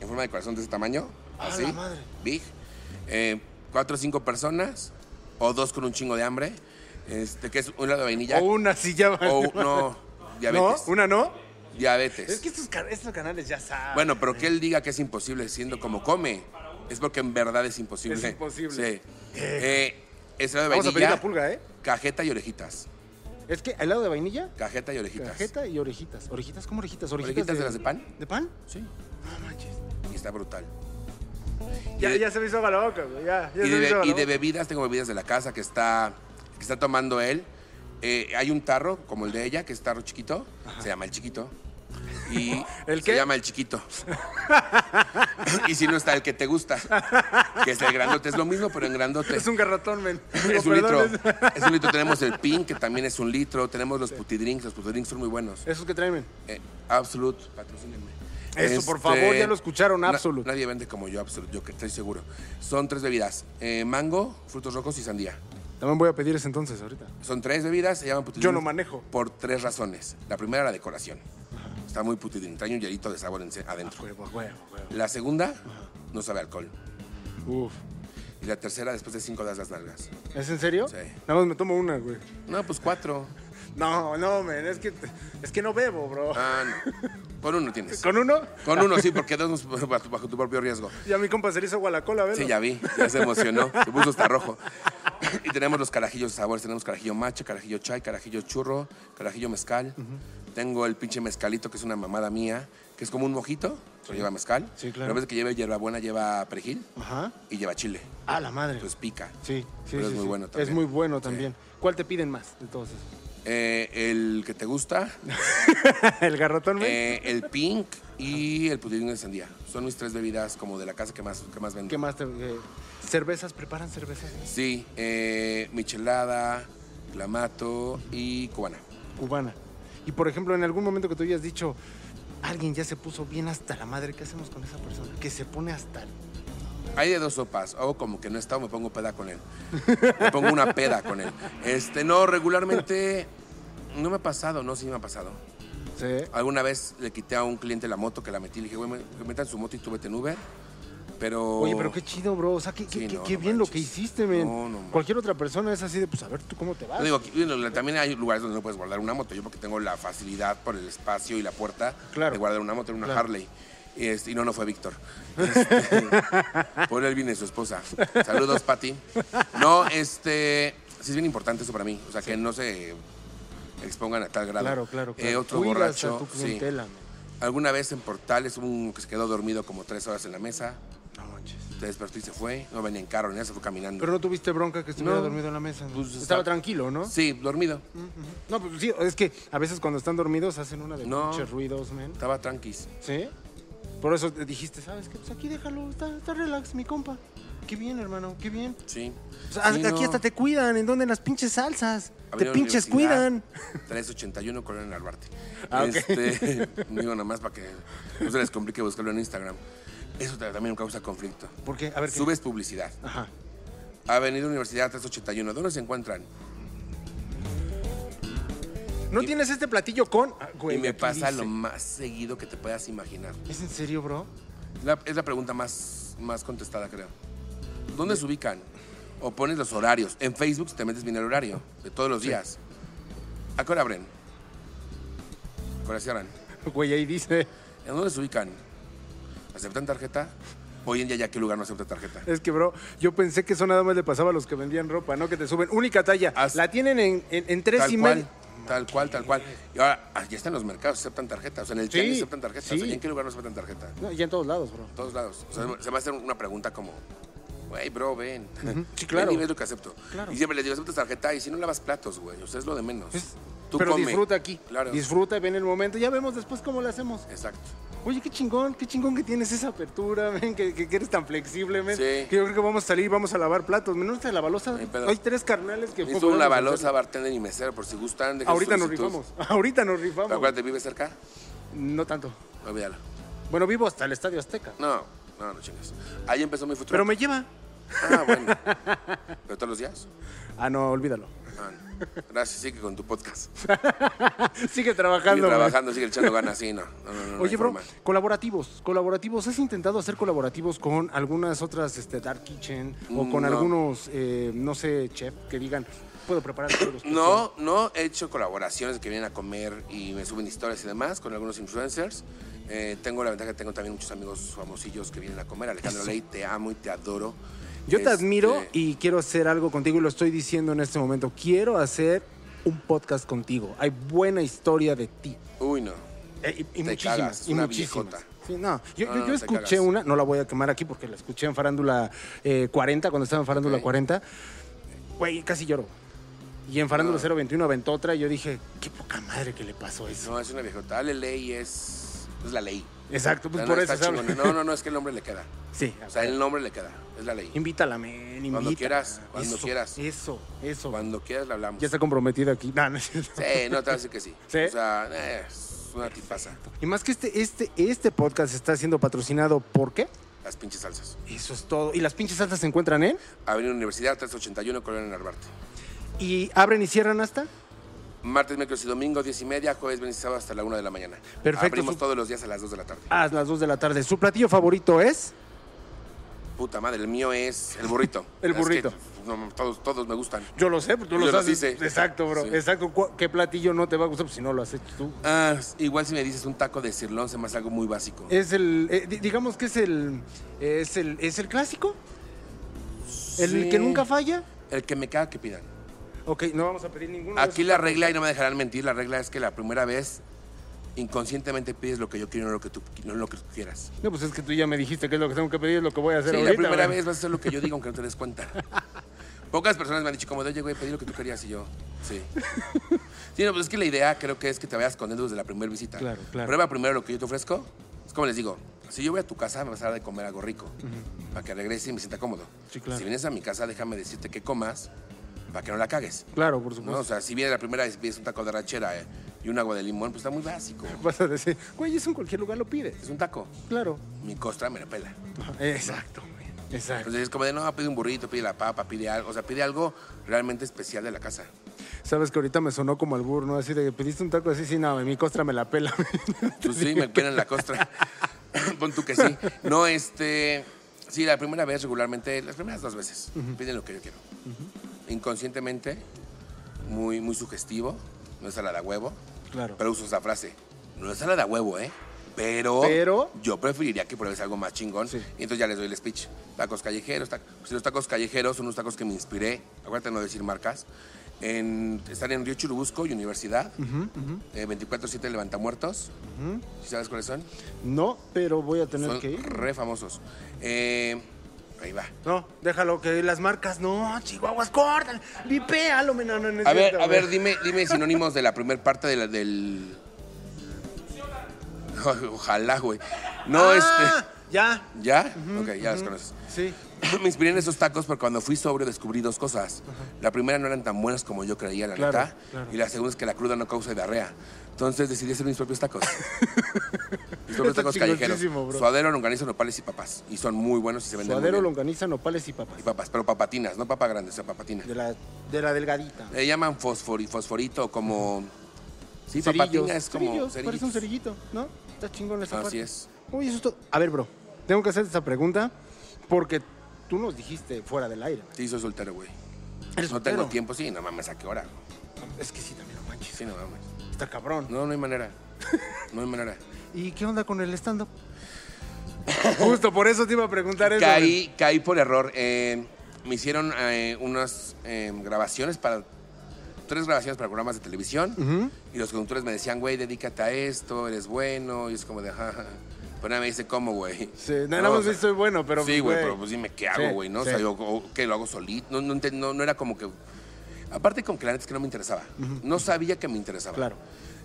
[SPEAKER 4] en forma de corazón de ese tamaño.
[SPEAKER 3] ¡A la
[SPEAKER 4] Así.
[SPEAKER 3] madre!
[SPEAKER 4] Big. Eh, cuatro o cinco personas. O dos con un chingo de hambre. Este, que es un helado de vainilla.
[SPEAKER 3] o una silla.
[SPEAKER 4] o un- no.
[SPEAKER 3] ¿No?
[SPEAKER 4] Diabetes.
[SPEAKER 3] ¿Una no?
[SPEAKER 4] Diabetes.
[SPEAKER 3] Es que estos, can- estos canales ya saben.
[SPEAKER 4] Bueno, pero que él diga que es imposible siendo como come. Es porque en verdad es imposible.
[SPEAKER 3] Es imposible.
[SPEAKER 4] Sí. Eh, es helado de
[SPEAKER 3] Vamos a pedir
[SPEAKER 4] vainilla.
[SPEAKER 3] la pulga, ¿eh?
[SPEAKER 4] Cajeta y orejitas.
[SPEAKER 3] Es que helado de vainilla,
[SPEAKER 4] Cajeta y orejitas.
[SPEAKER 3] cajeta y orejitas. ¿Orejitas? ¿Cómo orejitas? ¿Orejitas,
[SPEAKER 4] ¿Orejitas de las de pan?
[SPEAKER 3] ¿De pan?
[SPEAKER 4] Sí.
[SPEAKER 3] No manches.
[SPEAKER 4] Y está brutal.
[SPEAKER 3] Ya,
[SPEAKER 4] de-
[SPEAKER 3] ya se me hizo agua la boca, güey. Ya, ya
[SPEAKER 4] Y
[SPEAKER 3] se me
[SPEAKER 4] de,
[SPEAKER 3] hizo agua
[SPEAKER 4] be-
[SPEAKER 3] la
[SPEAKER 4] y de
[SPEAKER 3] boca.
[SPEAKER 4] bebidas, tengo bebidas de la casa que está, que está tomando él. Eh, hay un tarro, como el de ella, que es tarro chiquito. Se llama el chiquito. Y
[SPEAKER 3] ¿El
[SPEAKER 4] se
[SPEAKER 3] qué?
[SPEAKER 4] llama el chiquito. y si no está el que te gusta, que es el grandote. Es lo mismo, pero en grandote.
[SPEAKER 3] Es un garrotón, men. Digo,
[SPEAKER 4] Es un litro.
[SPEAKER 3] perdón, es-
[SPEAKER 4] Es un litro. Tenemos el pin, que también es un litro. Tenemos los putidrinks. Los putidrinks son muy buenos.
[SPEAKER 3] Esos que traen, men.
[SPEAKER 4] Eh, Absolute, patrocínenme.
[SPEAKER 3] Eso, por favor, ya lo escucharon,
[SPEAKER 4] na-
[SPEAKER 3] Absolut.
[SPEAKER 4] nadie vende como yo, Absolute, yo que estoy seguro. Son tres bebidas: eh, mango, frutos rojos y sandía.
[SPEAKER 3] También voy a pedir ese entonces ahorita.
[SPEAKER 4] Son tres bebidas, se llaman putidín.
[SPEAKER 3] Yo no manejo.
[SPEAKER 4] Por tres razones. La primera, la decoración. Está muy putidín, trae un hielito de sabor en- adentro.
[SPEAKER 3] Huevo, huevo, huevo.
[SPEAKER 4] La segunda, no sabe a alcohol.
[SPEAKER 3] Uf.
[SPEAKER 4] Y la tercera, después de cinco, das las nalgas.
[SPEAKER 3] ¿Es en serio?
[SPEAKER 4] Sí.
[SPEAKER 3] Nada más me tomo una, güey.
[SPEAKER 4] No, pues cuatro.
[SPEAKER 3] No, no, men. Es que, es que no bebo, bro.
[SPEAKER 4] Ah, no. Con uno tienes.
[SPEAKER 3] ¿Con uno?
[SPEAKER 4] Con uno sí, porque dos bajo bajo tu propio riesgo.
[SPEAKER 3] Ya mi compa se le hizo agua la cola, ¿ves?
[SPEAKER 4] Sí, ya vi, ya se emocionó, se puso hasta rojo. Y tenemos los carajillos de sabores, tenemos carajillo macho, carajillo chai, carajillo churro, carajillo mezcal. Tengo el pinche mezcalito, que es una mamada mía, que es como un mojito, pero lleva mezcal.
[SPEAKER 3] Sí, claro.
[SPEAKER 4] Pero en vez de que lleve hierbabuena, lleva perejil
[SPEAKER 3] Ajá.
[SPEAKER 4] y lleva chile.
[SPEAKER 3] A la madre.
[SPEAKER 4] Entonces pica.
[SPEAKER 3] sí, sí,
[SPEAKER 4] Pues, pero
[SPEAKER 3] sí,
[SPEAKER 4] es muy
[SPEAKER 3] sí.
[SPEAKER 4] bueno también.
[SPEAKER 3] Es muy bueno
[SPEAKER 4] Sí.
[SPEAKER 3] también. ¿Cuál te piden más de todos esos?
[SPEAKER 4] Eh, el que te gusta,
[SPEAKER 3] El garrotón, men.
[SPEAKER 4] eh, el pink, y el pudín de sandía. Son mis tres bebidas como de la casa que más, que más vendo.
[SPEAKER 3] ¿Qué más te- eh, cervezas, preparan cervezas
[SPEAKER 4] Sí, eh, michelada, clamato y cubana.
[SPEAKER 3] cubana. Y por ejemplo, en algún momento que tú hayas dicho, alguien ya se puso bien hasta la madre, ¿qué hacemos con esa persona? Que se pone hasta el...
[SPEAKER 4] Hay de dos sopas. Hago como que no está o me pongo peda con él. Me pongo una peda con él. Este, no, regularmente no me ha pasado. No, sí me ha pasado.
[SPEAKER 3] Sí.
[SPEAKER 4] Alguna vez le quité a un cliente la moto que la metí. Le dije, güey, me- que metan su moto y tú vete en Uber. Pero...
[SPEAKER 3] Oye, pero qué chido, bro. O sea, qué,
[SPEAKER 4] Oh. Sí,
[SPEAKER 3] qué-
[SPEAKER 4] no,
[SPEAKER 3] qué
[SPEAKER 4] no
[SPEAKER 3] bien
[SPEAKER 4] manches.
[SPEAKER 3] lo que hiciste, men.
[SPEAKER 4] No, no manches.
[SPEAKER 3] Cualquier otra persona es así de, pues a ver, ¿tú cómo te vas?
[SPEAKER 4] No digo, aquí- bueno, también hay lugares donde no puedes guardar una moto. Yo porque tengo la facilidad por el espacio y la puerta
[SPEAKER 3] Claro.
[SPEAKER 4] de guardar una moto en una
[SPEAKER 3] Claro.
[SPEAKER 4] Harley. Y, este, y no, no fue Víctor. Este, por él viene su esposa. Saludos, Pati. No, este, sí es bien importante eso para mí. O sea, que no se expongan a tal grado.
[SPEAKER 3] claro, claro, claro.
[SPEAKER 4] Eh, otro
[SPEAKER 3] Cuidas
[SPEAKER 4] borracho.
[SPEAKER 3] a tu
[SPEAKER 4] sí.
[SPEAKER 3] clientela, men.
[SPEAKER 4] Alguna vez en Portales hubo uno que se quedó dormido como tres horas en la mesa.
[SPEAKER 3] No manches.
[SPEAKER 4] Se despertó y se fue. No venía en carro, ni nada, se fue caminando.
[SPEAKER 3] Pero no tuviste bronca que estuviera
[SPEAKER 4] No.
[SPEAKER 3] dormido en la mesa.
[SPEAKER 4] Pues,
[SPEAKER 3] Estaba
[SPEAKER 4] está-
[SPEAKER 3] tranquilo, ¿no?
[SPEAKER 4] Sí, dormido.
[SPEAKER 3] No, pues sí, es que a veces cuando están dormidos hacen una de
[SPEAKER 4] No.
[SPEAKER 3] pinches ruidos, men.
[SPEAKER 4] Estaba tranquis.
[SPEAKER 3] ¿Sí? Por eso te dijiste, ¿sabes qué? Pues aquí déjalo, está, está relax, mi compa. Qué bien, hermano, qué bien.
[SPEAKER 4] Sí.
[SPEAKER 3] O sea,
[SPEAKER 4] Sí,
[SPEAKER 3] aquí
[SPEAKER 4] no.
[SPEAKER 3] hasta te cuidan, ¿en dónde? En las pinches salsas.
[SPEAKER 4] Avenida
[SPEAKER 3] te pinches
[SPEAKER 4] Universidad,
[SPEAKER 3] cuidan.
[SPEAKER 4] 381 Colonia Narvarte.
[SPEAKER 3] Ah, ok.
[SPEAKER 4] Este, digo nada más para que no se les complique buscarlo en Instagram. Eso ta- también causa conflicto.
[SPEAKER 3] ¿Por qué? A ver, ¿qué?
[SPEAKER 4] Subes publicidad.
[SPEAKER 3] Ajá.
[SPEAKER 4] Avenida Universidad 381. ¿Dónde se encuentran?
[SPEAKER 3] ¿No
[SPEAKER 4] Y-
[SPEAKER 3] tienes este platillo con...? Ah, güey,
[SPEAKER 4] y me
[SPEAKER 3] aquí
[SPEAKER 4] pasa
[SPEAKER 3] dice.
[SPEAKER 4] lo más seguido que te puedas imaginar.
[SPEAKER 3] ¿Es en serio, bro?
[SPEAKER 4] La- es la pregunta más, más contestada, creo. ¿Dónde se ubican? O pones los horarios. En Facebook te metes bien el horario de todos los días. ¿A qué hora abren? ¿A qué hora cierran?
[SPEAKER 3] Güey, ahí dice...
[SPEAKER 4] ¿En dónde se ubican? ¿Aceptan tarjeta? Hoy en día ya qué lugar no acepta tarjeta.
[SPEAKER 3] Es que, bro, yo pensé que eso nada más le pasaba a los que vendían ropa, ¿no? Que te suben única talla.
[SPEAKER 4] As-
[SPEAKER 3] La tienen en, en, en tres
[SPEAKER 4] Tal
[SPEAKER 3] y
[SPEAKER 4] cual,
[SPEAKER 3] medio.
[SPEAKER 4] tal cual, tal cual. Y ahora, ah, ya están los mercados, aceptan tarjeta. O sea, en el
[SPEAKER 3] Sí,
[SPEAKER 4] tianguis aceptan tarjeta. O sea,
[SPEAKER 3] sí.
[SPEAKER 4] ¿y en qué lugar no aceptan tarjeta? En
[SPEAKER 3] No, ya en todos lados, bro.
[SPEAKER 4] todos lados. O sea, se va a hacer una pregunta como, güey, bro, ven.
[SPEAKER 3] Sí, claro.
[SPEAKER 4] Ven y ves lo que acepto.
[SPEAKER 3] Claro.
[SPEAKER 4] Y siempre les digo, aceptas tarjeta y si no lavas platos, güey. O sea, es lo de menos.
[SPEAKER 3] Es-
[SPEAKER 4] Tú
[SPEAKER 3] Pero
[SPEAKER 4] come.
[SPEAKER 3] disfruta aquí.
[SPEAKER 4] Claro.
[SPEAKER 3] Disfruta, ven el momento. Ya vemos después cómo lo hacemos.
[SPEAKER 4] Exacto.
[SPEAKER 3] Oye, qué chingón, qué chingón que tienes esa apertura, men, que, que- que eres tan flexible, men.
[SPEAKER 4] Sí.
[SPEAKER 3] Que yo creo que vamos a salir y vamos a lavar platos. Men, ¿No está la balosa?
[SPEAKER 4] Ni pedo.
[SPEAKER 3] Hay tres carnales que...
[SPEAKER 4] Necesito
[SPEAKER 3] podemos
[SPEAKER 4] una
[SPEAKER 3] hacer.
[SPEAKER 4] balosa, bartender y mesero, por si gustan. dejen
[SPEAKER 3] Ahorita nos
[SPEAKER 4] solicitud.
[SPEAKER 3] rifamos. Ahorita nos rifamos.
[SPEAKER 4] Acuérdate, ¿vives cerca?
[SPEAKER 3] No tanto.
[SPEAKER 4] Olvídalo.
[SPEAKER 3] Bueno, vivo hasta el Estadio Azteca.
[SPEAKER 4] No, no, no chingas. Ahí empezó mi futuro.
[SPEAKER 3] Pero me lleva.
[SPEAKER 4] Ah, bueno. ¿Pero todos los días?
[SPEAKER 3] Ah, no, olvídalo.
[SPEAKER 4] Ah, no. Gracias, sigue con tu podcast. Sigue
[SPEAKER 3] Sigue trabajando. men.
[SPEAKER 4] trabajando, sigue echando ganas, sí, no. no, no, no, no
[SPEAKER 3] Oye,
[SPEAKER 4] hay
[SPEAKER 3] bro,
[SPEAKER 4] forma.
[SPEAKER 3] colaborativos, colaborativos. ¿Has intentado hacer colaborativos con algunas otras este, Dark Kitchen o con
[SPEAKER 4] No.
[SPEAKER 3] algunos, eh, no sé, chef que digan, puedo preparar todos los
[SPEAKER 4] No, no he hecho colaboraciones que vienen a comer y me suben historias y demás con algunos influencers. Eh, tengo la ventaja que tengo también muchos amigos famosillos que vienen a comer. Alejandro Ley, te amo y te adoro.
[SPEAKER 3] Yo te
[SPEAKER 4] Este,
[SPEAKER 3] admiro y quiero hacer algo contigo y lo estoy diciendo en este momento. Quiero hacer un podcast contigo. Hay buena historia de ti.
[SPEAKER 4] Uy, no.
[SPEAKER 3] Eh, y, y
[SPEAKER 4] Te
[SPEAKER 3] muchísimas.
[SPEAKER 4] cagas,
[SPEAKER 3] y
[SPEAKER 4] una
[SPEAKER 3] muchísimas.
[SPEAKER 4] viejota.
[SPEAKER 3] Sí, no, yo,
[SPEAKER 4] No,
[SPEAKER 3] yo-
[SPEAKER 4] no,
[SPEAKER 3] yo
[SPEAKER 4] te
[SPEAKER 3] escuché
[SPEAKER 4] cagas.
[SPEAKER 3] una, no la voy a quemar aquí porque la escuché en Farándula eh, 40, cuando estaba en Farándula
[SPEAKER 4] Ok.
[SPEAKER 3] 40. Güey, casi lloro. Y en Farándula
[SPEAKER 4] No.
[SPEAKER 3] 021 aventó otra y yo dije, qué poca madre que le pasó eso.
[SPEAKER 4] No, es una viejota. Ale Ley es, es la ley.
[SPEAKER 3] Exacto, pues
[SPEAKER 4] No, no,
[SPEAKER 3] por
[SPEAKER 4] está
[SPEAKER 3] eso, ¿sabes?
[SPEAKER 4] chingona. no, no, no, es que el nombre le queda.
[SPEAKER 3] Sí,
[SPEAKER 4] O sea, el nombre le queda. Es la ley.
[SPEAKER 3] invítala, men,
[SPEAKER 4] Cuando
[SPEAKER 3] invítala.
[SPEAKER 4] quieras, cuando
[SPEAKER 3] Eso,
[SPEAKER 4] quieras.
[SPEAKER 3] Eso, eso.
[SPEAKER 4] Cuando quieras le hablamos.
[SPEAKER 3] Ya está comprometida aquí. No, no es cierto.
[SPEAKER 4] Sí, no te voy a decir que sí.
[SPEAKER 3] ¿Sí?
[SPEAKER 4] O sea, eh, es una tipaza.
[SPEAKER 3] Y más que este, este, este podcast está siendo patrocinado por qué?
[SPEAKER 4] Las pinches salsas.
[SPEAKER 3] Eso es todo. Y las pinches salsas se encuentran en.
[SPEAKER 4] Avenida Universidad 381, Colonia Narvarte.
[SPEAKER 3] Y abren y cierran hasta.
[SPEAKER 4] Martes, miércoles y domingo, 10 y media, jueves, viernes y sábado hasta la 1 de la mañana.
[SPEAKER 3] Perfecto,
[SPEAKER 4] Abrimos
[SPEAKER 3] su-
[SPEAKER 4] todos los días a las 2 de la tarde.
[SPEAKER 3] A las 2 de la tarde. Su platillo favorito es.
[SPEAKER 4] Puta madre, el mío es el burrito.
[SPEAKER 3] El
[SPEAKER 4] Es que,
[SPEAKER 3] burrito.
[SPEAKER 4] no, todos, todos me gustan.
[SPEAKER 3] Yo lo sé, tú
[SPEAKER 4] Yo los hice.
[SPEAKER 3] Exacto, bro.
[SPEAKER 4] Sí.
[SPEAKER 3] Exacto. ¿Cu- ¿Qué platillo no te va a gustar Pues si no lo has hecho tú?
[SPEAKER 4] Ah, igual si me dices un taco de cirlón, se me hace algo muy básico.
[SPEAKER 3] Es el. eh, di- digamos que es el. Es el, es el clásico. El
[SPEAKER 4] Sí.
[SPEAKER 3] que nunca falla.
[SPEAKER 4] El que me caga que pidan.
[SPEAKER 3] Ok, no vamos a pedir ninguno. de
[SPEAKER 4] Aquí la regla, y no me dejarán mentir, la regla es que la primera vez inconscientemente pides lo que yo quiero y no lo que tú, no lo que tú quieras.
[SPEAKER 3] esos. No, pues es que tú ya me dijiste que es lo que tengo que pedir, es lo que voy a hacer
[SPEAKER 4] Sí,
[SPEAKER 3] ahorita.
[SPEAKER 4] la primera
[SPEAKER 3] man.
[SPEAKER 4] vez vas a hacer lo que yo digo, aunque no te des cuenta. Pocas personas me han dicho como, de, oye, güey, pedí lo que tú querías y yo, sí. Sí, no, pues es que la idea creo que es que te vayas con él desde la primera visita.
[SPEAKER 3] Claro, claro.
[SPEAKER 4] Prueba primero lo que yo te ofrezco. Es como les digo, si yo voy a tu casa, me vas a dar de comer algo rico. Para que regrese y me sienta cómodo.
[SPEAKER 3] Sí, claro.
[SPEAKER 4] Si vienes a mi casa, déjame decirte que comas para que no la cagues.
[SPEAKER 3] Claro, por
[SPEAKER 4] ¿no? O sea, si viene la primera vez pides un taco de ranchera eh, y un agua de limón, pues está muy básico.
[SPEAKER 3] Vas a decir, güey, eso en cualquier lugar lo pides.
[SPEAKER 4] Es un taco.
[SPEAKER 3] Claro.
[SPEAKER 4] Mi costra me la pela.
[SPEAKER 3] Exacto, Exacto.
[SPEAKER 4] Entonces es como de, no, pide un burrito, pide la papa, pide algo. O sea, pide algo realmente especial de la casa.
[SPEAKER 3] Sabes que ahorita me sonó como al burro, ¿no? Así de que pediste un taco así, sí, no, mi costra me la pela.
[SPEAKER 4] Pues sí, me pelan la costra. Pon tú que sí. No, este. Sí, la primera vez regularmente, las primeras dos veces, piden lo que yo quiero. Inconscientemente, muy, muy sugestivo, no es salada a huevo,
[SPEAKER 3] Claro.
[SPEAKER 4] pero uso esa frase. No es salada a huevo, ¿eh? Pero,
[SPEAKER 3] Pero-
[SPEAKER 4] yo preferiría que pruebes algo más chingón.
[SPEAKER 3] Sí.
[SPEAKER 4] Y entonces ya les doy el speech. Tacos callejeros. tac- pues, los tacos callejeros son unos tacos que me inspiré, acuérdate no decir marcas, en, están en Río Churubusco y Universidad, eh, 24-7 Levantamuertos. ¿Sí sabes cuáles son?
[SPEAKER 3] No, pero voy a tener
[SPEAKER 4] Son
[SPEAKER 3] que ir.
[SPEAKER 4] re famosos. Eh, ahí va.
[SPEAKER 3] No, déjalo que las marcas, no, chihuahuas, córtale, vipéalo, mi no, no, no es
[SPEAKER 4] A ver,
[SPEAKER 3] cierto,
[SPEAKER 4] a ver, dime, dime sinónimos de la primera parte de la- del... Ojalá, güey. No,
[SPEAKER 3] Ah, Ya,
[SPEAKER 4] este... ¿Ya? ok, ya las conoces.
[SPEAKER 3] sí.
[SPEAKER 4] Me inspiré en esos tacos porque cuando fui sobrio descubrí dos cosas. La primera no eran tan buenas como yo creía, la
[SPEAKER 3] Claro,
[SPEAKER 4] neta.
[SPEAKER 3] claro.
[SPEAKER 4] Y la segunda es que la cruda no causa diarrea. Entonces decidí hacer mis propios tacos. mis propios
[SPEAKER 3] Está
[SPEAKER 4] tacos callejeros.
[SPEAKER 3] chingoncísimo, bro.
[SPEAKER 4] Suadero, longanizo, nopales y papas. Y son muy buenos y se venden muy
[SPEAKER 3] Suadero,
[SPEAKER 4] bien.
[SPEAKER 3] longaniza, nopales y papas.
[SPEAKER 4] Y papas, pero papatinas, no papa grande, o sea, papatina.
[SPEAKER 3] De la, de la delgadita.
[SPEAKER 4] Le llaman fosfori, fosforito como... Sí,
[SPEAKER 3] Cerillos.
[SPEAKER 4] papatina es como...
[SPEAKER 3] Cerillos,
[SPEAKER 4] cerillos.
[SPEAKER 3] parece un cerillito, ¿no? Está chingón esa
[SPEAKER 4] Así
[SPEAKER 3] parte.
[SPEAKER 4] es.
[SPEAKER 3] Uy, eso es todo. A ver, bro, tengo que hacer esta pregunta porque tú nos dijiste fuera del aire.
[SPEAKER 4] Sí, soy soltero, güey.
[SPEAKER 3] Eres
[SPEAKER 4] No tengo
[SPEAKER 3] soltero.
[SPEAKER 4] tiempo, sí, no mames, ¿a qué hora?
[SPEAKER 3] Es que sí, también, no manches.
[SPEAKER 4] Sí, no mames.
[SPEAKER 3] Está cabrón.
[SPEAKER 4] No, no hay manera. No hay manera.
[SPEAKER 3] ¿Y qué onda con el stand-up? Justo por eso te iba a preguntar eso.
[SPEAKER 4] Caí, caí por error. Eh, me hicieron eh, unas eh, grabaciones para. Tres grabaciones para programas de televisión. Y los conductores me decían, güey, dedícate a esto, eres bueno. Y es como de, ajá. ajá. Pero nadie me dice, ¿cómo, güey?
[SPEAKER 3] Sí, nada más
[SPEAKER 4] o sea,
[SPEAKER 3] soy bueno, pero.
[SPEAKER 4] sí, güey, pero pues dime, ¿qué hago,
[SPEAKER 3] Sí,
[SPEAKER 4] güey? ¿No?
[SPEAKER 3] sí.
[SPEAKER 4] O sea, yo o- que lo hago solito. No, no, enten- no- no era como que. Aparte, como que la neta es que no me interesaba. No sabía que me interesaba.
[SPEAKER 3] Claro.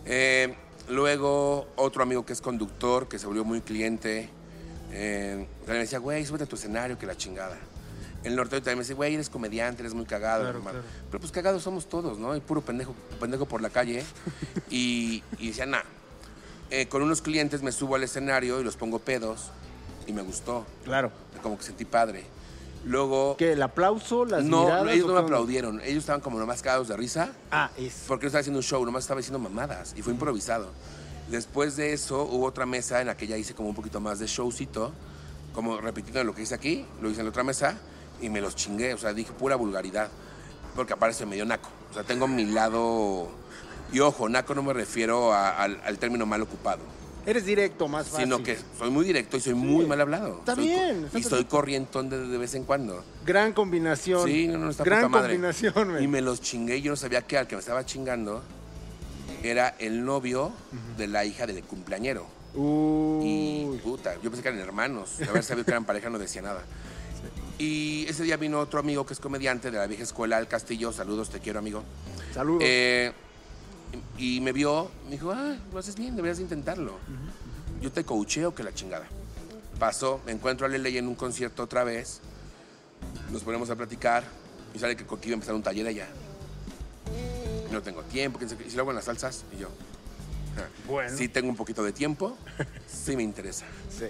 [SPEAKER 4] Eh, luego, otro amigo que es conductor, que se volvió muy cliente, eh, también me decía, güey, súbete a tu escenario, que la chingada. El norteño también me dice, güey, eres comediante, eres muy cagado,
[SPEAKER 3] Claro,
[SPEAKER 4] hermano.
[SPEAKER 3] claro.
[SPEAKER 4] Pero pues cagados somos todos, ¿no? Y puro pendejo, pendejo por la calle. y, y decía, nah. Eh, con unos clientes me subo al escenario y los pongo pedos. Y me gustó.
[SPEAKER 3] Claro.
[SPEAKER 4] Como que sentí padre. Luego.
[SPEAKER 3] ¿Qué? ¿El aplauso? ¿Las
[SPEAKER 4] no,
[SPEAKER 3] miradas?
[SPEAKER 4] ellos
[SPEAKER 3] o
[SPEAKER 4] no
[SPEAKER 3] qué
[SPEAKER 4] me
[SPEAKER 3] onda?
[SPEAKER 4] aplaudieron. Ellos estaban como nomás cagados de risa
[SPEAKER 3] Ah, es.
[SPEAKER 4] porque no estaba haciendo un show, nomás estaba diciendo mamadas y fue improvisado. Después de eso hubo otra mesa en la que ya hice como un poquito más de showcito, como repitiendo lo que hice aquí, lo hice en la otra mesa y me los chingué, o sea, dije pura vulgaridad, porque aparece medio naco, o sea, tengo mi lado... Y ojo, naco no me refiero a- al, al término mal ocupado,
[SPEAKER 3] Eres directo, más fácil.
[SPEAKER 4] sino que soy muy directo y soy muy mal hablado.
[SPEAKER 3] Está
[SPEAKER 4] Soy co-
[SPEAKER 3] bien, está
[SPEAKER 4] Y soy corrientón de, de vez en cuando.
[SPEAKER 3] Gran combinación.
[SPEAKER 4] Sí, no, no, está
[SPEAKER 3] Gran
[SPEAKER 4] poca madre.
[SPEAKER 3] combinación, güey.
[SPEAKER 4] Y me los chingué, yo no sabía que al que me estaba chingando era el novio de la hija del cumpleañero. Y
[SPEAKER 3] Uy.
[SPEAKER 4] puta, yo pensé que eran hermanos. De haber sabido que eran pareja no decía nada. Y ese día vino otro amigo que es comediante de la vieja escuela, Al Castillo. Saludos, te quiero, amigo.
[SPEAKER 3] Saludos.
[SPEAKER 4] Eh, y y me vio, me dijo, ah, lo haces bien, deberías de intentarlo. Yo te coacheo que la chingada. Pasó, me encuentro a Lele en un concierto otra vez, nos ponemos a platicar y sale que Coqui iba a empezar un taller allá. No tengo tiempo, quién sabe qué. ¿Y si lo hago en las salsas? Y yo, "Ah,
[SPEAKER 3] Bueno.
[SPEAKER 4] sí tengo un poquito de tiempo, sí me interesa.
[SPEAKER 3] Sí.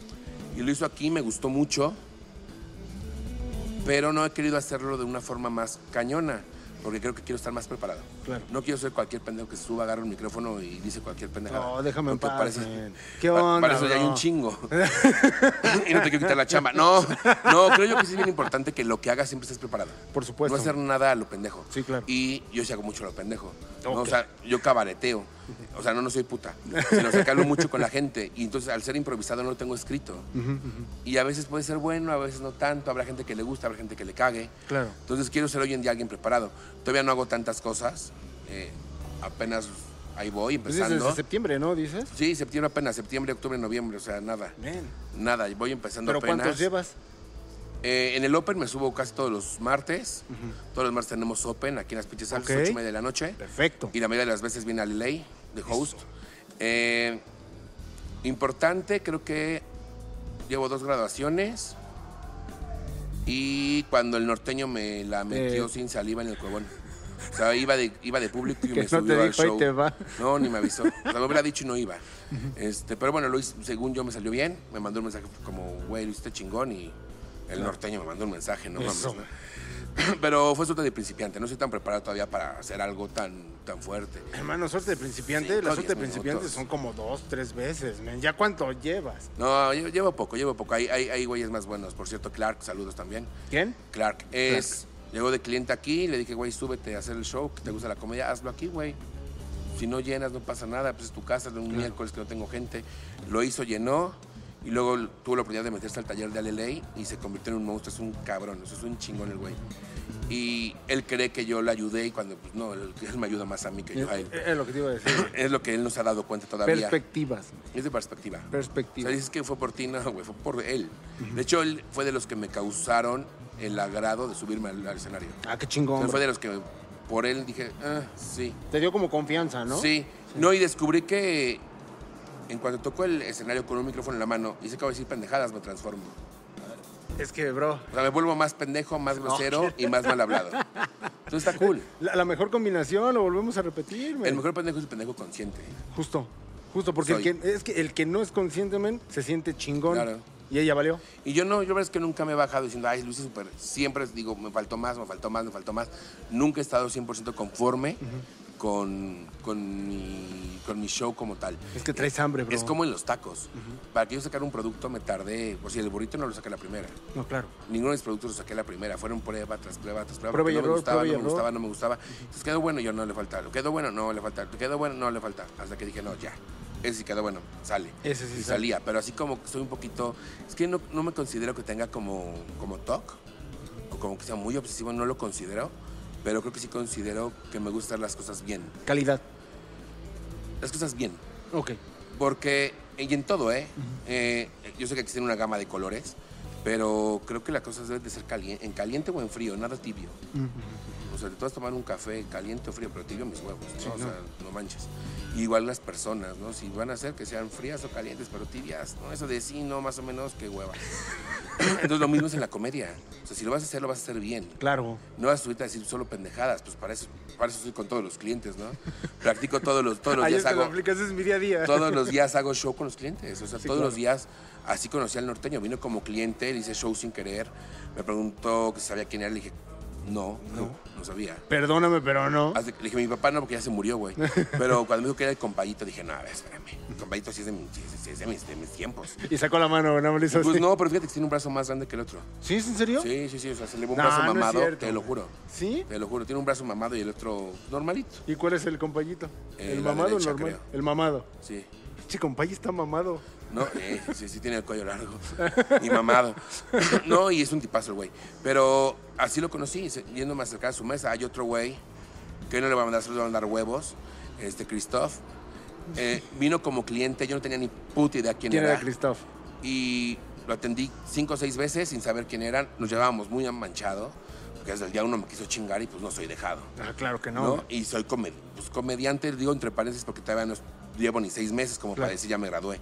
[SPEAKER 4] Y lo hizo aquí, me gustó mucho, pero no he querido hacerlo de una forma más cañona, porque creo que quiero estar más preparado.
[SPEAKER 3] Claro.
[SPEAKER 4] No quiero ser cualquier pendejo que se suba, agarra un micrófono y dice cualquier pendejo.
[SPEAKER 3] No, déjame en paz, man. ¿Qué onda,
[SPEAKER 4] Para eso ya hay
[SPEAKER 3] bro?
[SPEAKER 4] un chingo. y no te quiero quitar la chamba. No, no, creo yo que sí es bien importante que lo que hagas siempre estés preparado.
[SPEAKER 3] Por supuesto.
[SPEAKER 4] No hacer nada a lo pendejo.
[SPEAKER 3] Sí, claro.
[SPEAKER 4] Y yo sí hago mucho a lo pendejo. ¿no?
[SPEAKER 3] Ok.
[SPEAKER 4] O sea, yo cabareteo. O sea, no, no soy puta. Sino que hablo mucho con la gente. Y entonces, al ser improvisado, no lo tengo escrito. Y a veces puede ser bueno, a veces no tanto. Habrá gente que le gusta, habrá gente que le cague.
[SPEAKER 3] Claro.
[SPEAKER 4] Entonces, quiero ser hoy en día alguien preparado. Todavía no hago tantas cosas. eh, apenas ahí voy
[SPEAKER 3] Pues es
[SPEAKER 4] empezando.
[SPEAKER 3] desde septiembre, ¿no? Dices.
[SPEAKER 4] Sí, septiembre apenas, septiembre, octubre, noviembre, o sea, nada.
[SPEAKER 3] Men.
[SPEAKER 4] Nada, voy empezando
[SPEAKER 3] ¿Pero
[SPEAKER 4] apenas.
[SPEAKER 3] cuántos llevas?
[SPEAKER 4] Eh, en el Open me subo casi todos los martes. Todos los martes tenemos Open aquí en las pinches salsas,
[SPEAKER 3] Ok.
[SPEAKER 4] ocho y media de la noche.
[SPEAKER 3] Perfecto.
[SPEAKER 4] Y la mayoría de las veces viene a Liley, de host. Eh, Importante, creo que llevo dos graduaciones. Y cuando el norteño me la metió
[SPEAKER 3] Eh.
[SPEAKER 4] sin saliva en el cuevón. O sea, iba de, iba de público y
[SPEAKER 3] Que
[SPEAKER 4] me
[SPEAKER 3] no
[SPEAKER 4] subió
[SPEAKER 3] te
[SPEAKER 4] al
[SPEAKER 3] dijo, "Ahí
[SPEAKER 4] show.
[SPEAKER 3] te va".
[SPEAKER 4] No, ni me avisó. O sea, me hubiera dicho y no iba. Este, pero bueno, lo hice- según yo me salió bien. Me mandó un mensaje como, güey, lo hiciste chingón. Y el norteño me mandó un mensaje, no mames.
[SPEAKER 3] Eso.
[SPEAKER 4] ¿no? Pero fue suerte de principiante. No soy tan preparado todavía para hacer algo tan, tan fuerte.
[SPEAKER 3] Hermano, suerte de principiante.
[SPEAKER 4] Cinco,
[SPEAKER 3] la suerte de
[SPEAKER 4] diez
[SPEAKER 3] principiante
[SPEAKER 4] minutos.
[SPEAKER 3] son como dos, tres veces, men. ¿Ya cuánto llevas?
[SPEAKER 4] No, lle- llevo poco, llevo poco. Hay, hay, hay güeyes más buenos. Por cierto, Clark, saludos también.
[SPEAKER 3] ¿Quién?
[SPEAKER 4] Clark es. Llegó de cliente aquí, le dije, güey, súbete a hacer el show, que te gusta la comedia, hazlo aquí, güey. Si no llenas, no pasa nada, pues es tu casa, de un miércoles que no tengo gente. Lo hizo, llenó, y luego tuvo la oportunidad de meterse al taller de LLA y se convirtió en un monstruo, es un cabrón, eso es un chingón el güey. Y él cree que yo le ayudé y cuando, pues no, él, él me ayuda más a mí que yo a él.
[SPEAKER 3] Es Eh, lo que te iba a decir.
[SPEAKER 4] Es lo que él no se ha dado cuenta todavía.
[SPEAKER 3] Perspectivas. men.
[SPEAKER 4] es de perspectiva. O sea,
[SPEAKER 3] Perspectivas.
[SPEAKER 4] dices que fue por ti, no, güey, fue por él. De hecho, él fue de los que me causaron el agrado de subirme al, al escenario.
[SPEAKER 3] Ah, qué
[SPEAKER 4] O sea,
[SPEAKER 3] chingón.
[SPEAKER 4] fue de
[SPEAKER 3] bro.
[SPEAKER 4] los que por él dije, ah, sí,
[SPEAKER 3] Te dio como confianza, ¿no?
[SPEAKER 4] sí. No, y descubrí que en cuanto toco el escenario con un micrófono en la mano y se acabo de decir pendejadas, me transformo.
[SPEAKER 3] Es que, bro,
[SPEAKER 4] O sea, me vuelvo más pendejo, más grosero y más mal hablado. Entonces está cool.
[SPEAKER 3] la, la mejor combinación, lo volvemos a repetir, men.
[SPEAKER 4] El mejor pendejo es el pendejo consciente.
[SPEAKER 3] Justo, justo, porque el
[SPEAKER 4] Soy.
[SPEAKER 3] que, es que el que no es consciente, men, se siente chingón.
[SPEAKER 4] Claro.
[SPEAKER 3] Y ella valió.
[SPEAKER 4] Y yo no, yo la verdad es que nunca me he bajado diciendo, ay, lo hice súper. Siempre digo, me faltó más, me faltó más, me faltó más. Nunca he estado 100% conforme con, con, mi, con mi show como tal.
[SPEAKER 3] Es que traes hambre, Este bro.
[SPEAKER 4] Es como en los tacos. Para que yo sacara un producto me tardé, por si el burrito no lo saqué la primera.
[SPEAKER 3] No, claro.
[SPEAKER 4] Ninguno de mis productos lo saqué la primera. Fueron prueba tras prueba tras prueba.
[SPEAKER 3] Prueba y
[SPEAKER 4] porque no
[SPEAKER 3] error,
[SPEAKER 4] me gustaba,
[SPEAKER 3] prueba y
[SPEAKER 4] no me
[SPEAKER 3] error.
[SPEAKER 4] gustaba, no me gustaba. Entonces quedó bueno, yo no le falta. Quedó bueno, no le falta. Quedó bueno, no le falta. Hasta que dije, no, ya. Ese sí quedó bueno, sale.
[SPEAKER 3] Ese sí
[SPEAKER 4] Y
[SPEAKER 3] sale.
[SPEAKER 4] salía. Pero así como que soy un poquito. Es que no, no me considero que tenga como, como TOC. O como que sea muy obsesivo, no lo considero. Pero creo que sí considero que me gustan las cosas bien.
[SPEAKER 3] Calidad.
[SPEAKER 4] Las cosas bien.
[SPEAKER 3] Ok.
[SPEAKER 4] Porque, y en todo, ¿eh? Eh, Yo sé que existe una gama de colores, pero creo que las cosas deben de ser calien- en caliente o en frío, nada tibio. O sea, de todas tomar un café caliente o frío, pero tibio mis huevos, ¿no? O sea, no manches. Igual las personas, ¿no? Si van a ser que sean frías o calientes, pero tibias, ¿no? Eso de sí, no, más o menos, qué hueva. Entonces lo mismo es en la comedia. O sea, si lo vas a hacer, lo vas a hacer bien.
[SPEAKER 3] Claro.
[SPEAKER 4] No vas a subirte a decir solo pendejadas, pues para eso, para eso estoy con todos los clientes, ¿no? Practico todos los, todos los
[SPEAKER 3] Ahí es
[SPEAKER 4] días
[SPEAKER 3] que lo
[SPEAKER 4] hago
[SPEAKER 3] aplicas, es mi día a día.
[SPEAKER 4] todos los días hago show con los clientes. O sea, todos
[SPEAKER 3] claro.
[SPEAKER 4] los días, así conocí al norteño. Vino como cliente, le hice show sin querer. Me preguntó que si sabía quién era. Le dije, no, no, no sabía.
[SPEAKER 3] Perdóname, pero no.
[SPEAKER 4] Hasta que- Le dije, mi papá no, porque ya se murió, güey. Pero cuando me dijo que era el compayito, dije, no, a ver, espérame. El compayito sí es de, mi- sí es- sí es de mis, de mis tiempos.
[SPEAKER 3] Y sacó la mano, no me lo hizo
[SPEAKER 4] Pues
[SPEAKER 3] así.
[SPEAKER 4] no, pero fíjate que tiene un brazo más grande que el otro.
[SPEAKER 3] ¿Sí? ¿Es en serio?
[SPEAKER 4] Sí, sí, sí. O sea, se le ve un
[SPEAKER 3] No,
[SPEAKER 4] brazo
[SPEAKER 3] no es
[SPEAKER 4] mamado,
[SPEAKER 3] cierto.
[SPEAKER 4] te lo juro.
[SPEAKER 3] ¿Sí?
[SPEAKER 4] Te lo juro, tiene un brazo mamado y el otro normalito.
[SPEAKER 3] ¿Y cuál es el compañito?
[SPEAKER 4] Eh,
[SPEAKER 3] ¿El
[SPEAKER 4] la
[SPEAKER 3] mamado o el
[SPEAKER 4] derecha,
[SPEAKER 3] normal?
[SPEAKER 4] creo.
[SPEAKER 3] El mamado.
[SPEAKER 4] Sí.
[SPEAKER 3] Che, compañí está mamado.
[SPEAKER 4] No, eh, sí, sí tiene el cuello largo y mamado. No, y es un tipazo el güey. Pero así lo conocí, se- yéndome a acercar a su mesa. Hay otro güey que hoy no le va a mandar saludos, le va a mandar huevos. Este, Christoph. Eh, vino como cliente, yo no tenía ni puta idea quién,
[SPEAKER 3] ¿Quién
[SPEAKER 4] era.
[SPEAKER 3] era Christoph?
[SPEAKER 4] y lo atendí cinco o seis veces sin saber quién eran. Nos llevábamos muy manchado, porque desde el día uno me quiso chingar y pues no soy dejado.
[SPEAKER 3] Ah, claro que
[SPEAKER 4] ¿no?
[SPEAKER 3] no.
[SPEAKER 4] Y soy come- pues, comediante, digo entre paréntesis porque todavía no es- llevo ni seis meses como
[SPEAKER 3] Claro.
[SPEAKER 4] para decir ya me gradué.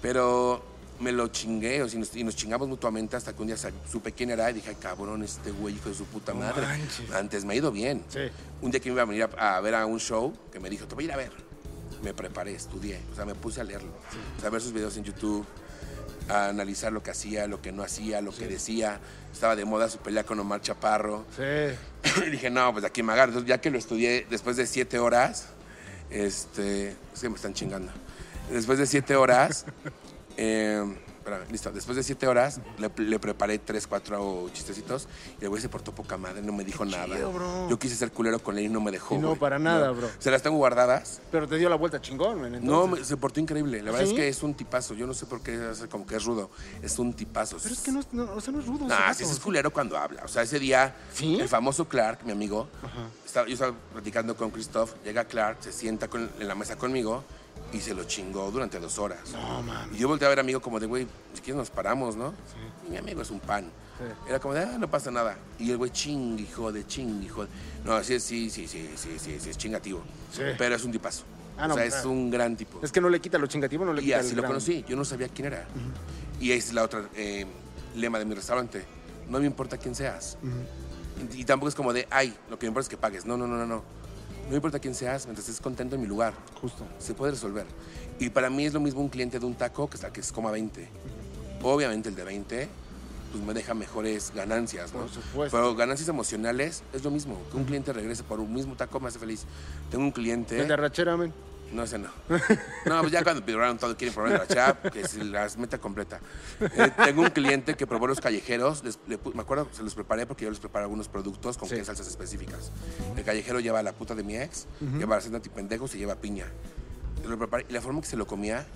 [SPEAKER 4] Pero me lo chingué, o sea, y nos, y nos chingamos mutuamente hasta que un día sa- supe quién era y dije, "Ay, cabrón, este güey hijo de su puta madre.
[SPEAKER 3] manches.
[SPEAKER 4] Antes me ha ido bien.
[SPEAKER 3] Sí.
[SPEAKER 4] Un día que me iba a venir a, a ver a un show, que me dijo, te voy a ir a ver. Me preparé, estudié, o sea, me puse a leerlo, o sea, a ver sus videos en YouTube, a analizar lo que hacía, lo que no hacía, lo que decía. Estaba de moda su pelea con Omar Chaparro.
[SPEAKER 3] Sí.
[SPEAKER 4] Y dije, no, pues de aquí me agarro. Entonces, ya que lo estudié después de siete horas, este. Es que me están chingando. Después de siete horas. eh, espérame, listo. Después de siete horas, le, le preparé tres, cuatro chistecitos. Y el güey se portó poca madre, no me dijo nada.
[SPEAKER 3] bro.
[SPEAKER 4] Yo quise ser culero con él y no me dejó.
[SPEAKER 3] Y no,
[SPEAKER 4] güey.
[SPEAKER 3] para nada, bro.
[SPEAKER 4] Se las tengo guardadas.
[SPEAKER 3] Pero te dio la vuelta chingón, men.
[SPEAKER 4] No,
[SPEAKER 3] entonces.
[SPEAKER 4] me- se portó increíble. La verdad
[SPEAKER 3] ¿Sí?
[SPEAKER 4] es que es un tipazo. Yo no sé por qué, o sea, como que es rudo. Es un tipazo.
[SPEAKER 3] Pero es que no, es- no, o sea, no es rudo. ese
[SPEAKER 4] Ah,
[SPEAKER 3] vato.
[SPEAKER 4] sí, ese es culero cuando habla. O sea, ese día,
[SPEAKER 3] ¿Sí?
[SPEAKER 4] el famoso Clark, mi amigo, estaba- yo estaba platicando con Christoph, llega Clark, se sienta con- en la mesa conmigo y se lo chingó durante dos horas.
[SPEAKER 3] No, mames.
[SPEAKER 4] Y yo volteé a ver a mi amigo como de, güey, si quieres nos paramos, ¿no? Y mi amigo es un pan. Era como de, ah, no pasa nada. Y el güey, ching, hijo de ching, hijo de... No, sí, sí, sí, sí, sí, sí, sí, es chingativo.
[SPEAKER 3] Sí.
[SPEAKER 4] Pero es un tipazo.
[SPEAKER 3] Ah, no,
[SPEAKER 4] o sea,
[SPEAKER 3] pues,
[SPEAKER 4] es
[SPEAKER 3] ah.
[SPEAKER 4] un gran tipo.
[SPEAKER 3] Es que no le quita lo chingativo, no le
[SPEAKER 4] Y
[SPEAKER 3] quita
[SPEAKER 4] así
[SPEAKER 3] el
[SPEAKER 4] lo
[SPEAKER 3] gran-
[SPEAKER 4] conocí, yo no sabía quién era. Y es la otra eh, lema de mi restaurante, no me importa quién seas. Y, y tampoco es como de, ay, lo que me importa es que pagues. No, no, no, no, no. No me importa quién seas, mientras estés contento en mi lugar,
[SPEAKER 3] Justo.
[SPEAKER 4] se puede resolver. Y para mí es lo mismo un cliente de un taco que el que se coma 20. Obviamente el de 20 pues me deja mejores ganancias, ¿no?
[SPEAKER 3] Por supuesto.
[SPEAKER 4] Pero ganancias emocionales es lo mismo. Que un cliente regrese por un mismo taco me hace feliz. Tengo un cliente...
[SPEAKER 3] El de arrachera, men.
[SPEAKER 4] No, ese no. No, pues ya cuando pidieron todo, quieren probar la chap, que es la meta completa. Eh, tengo un cliente que probó los callejeros, les- le pu- me acuerdo, se los preparé porque yo les preparo algunos productos con
[SPEAKER 3] Sí.
[SPEAKER 4] qué salsas específicas. El callejero lleva a la puta de mi ex, lleva a la pendejo, se lleva piña. Se lo preparé, y la forma que se lo comía,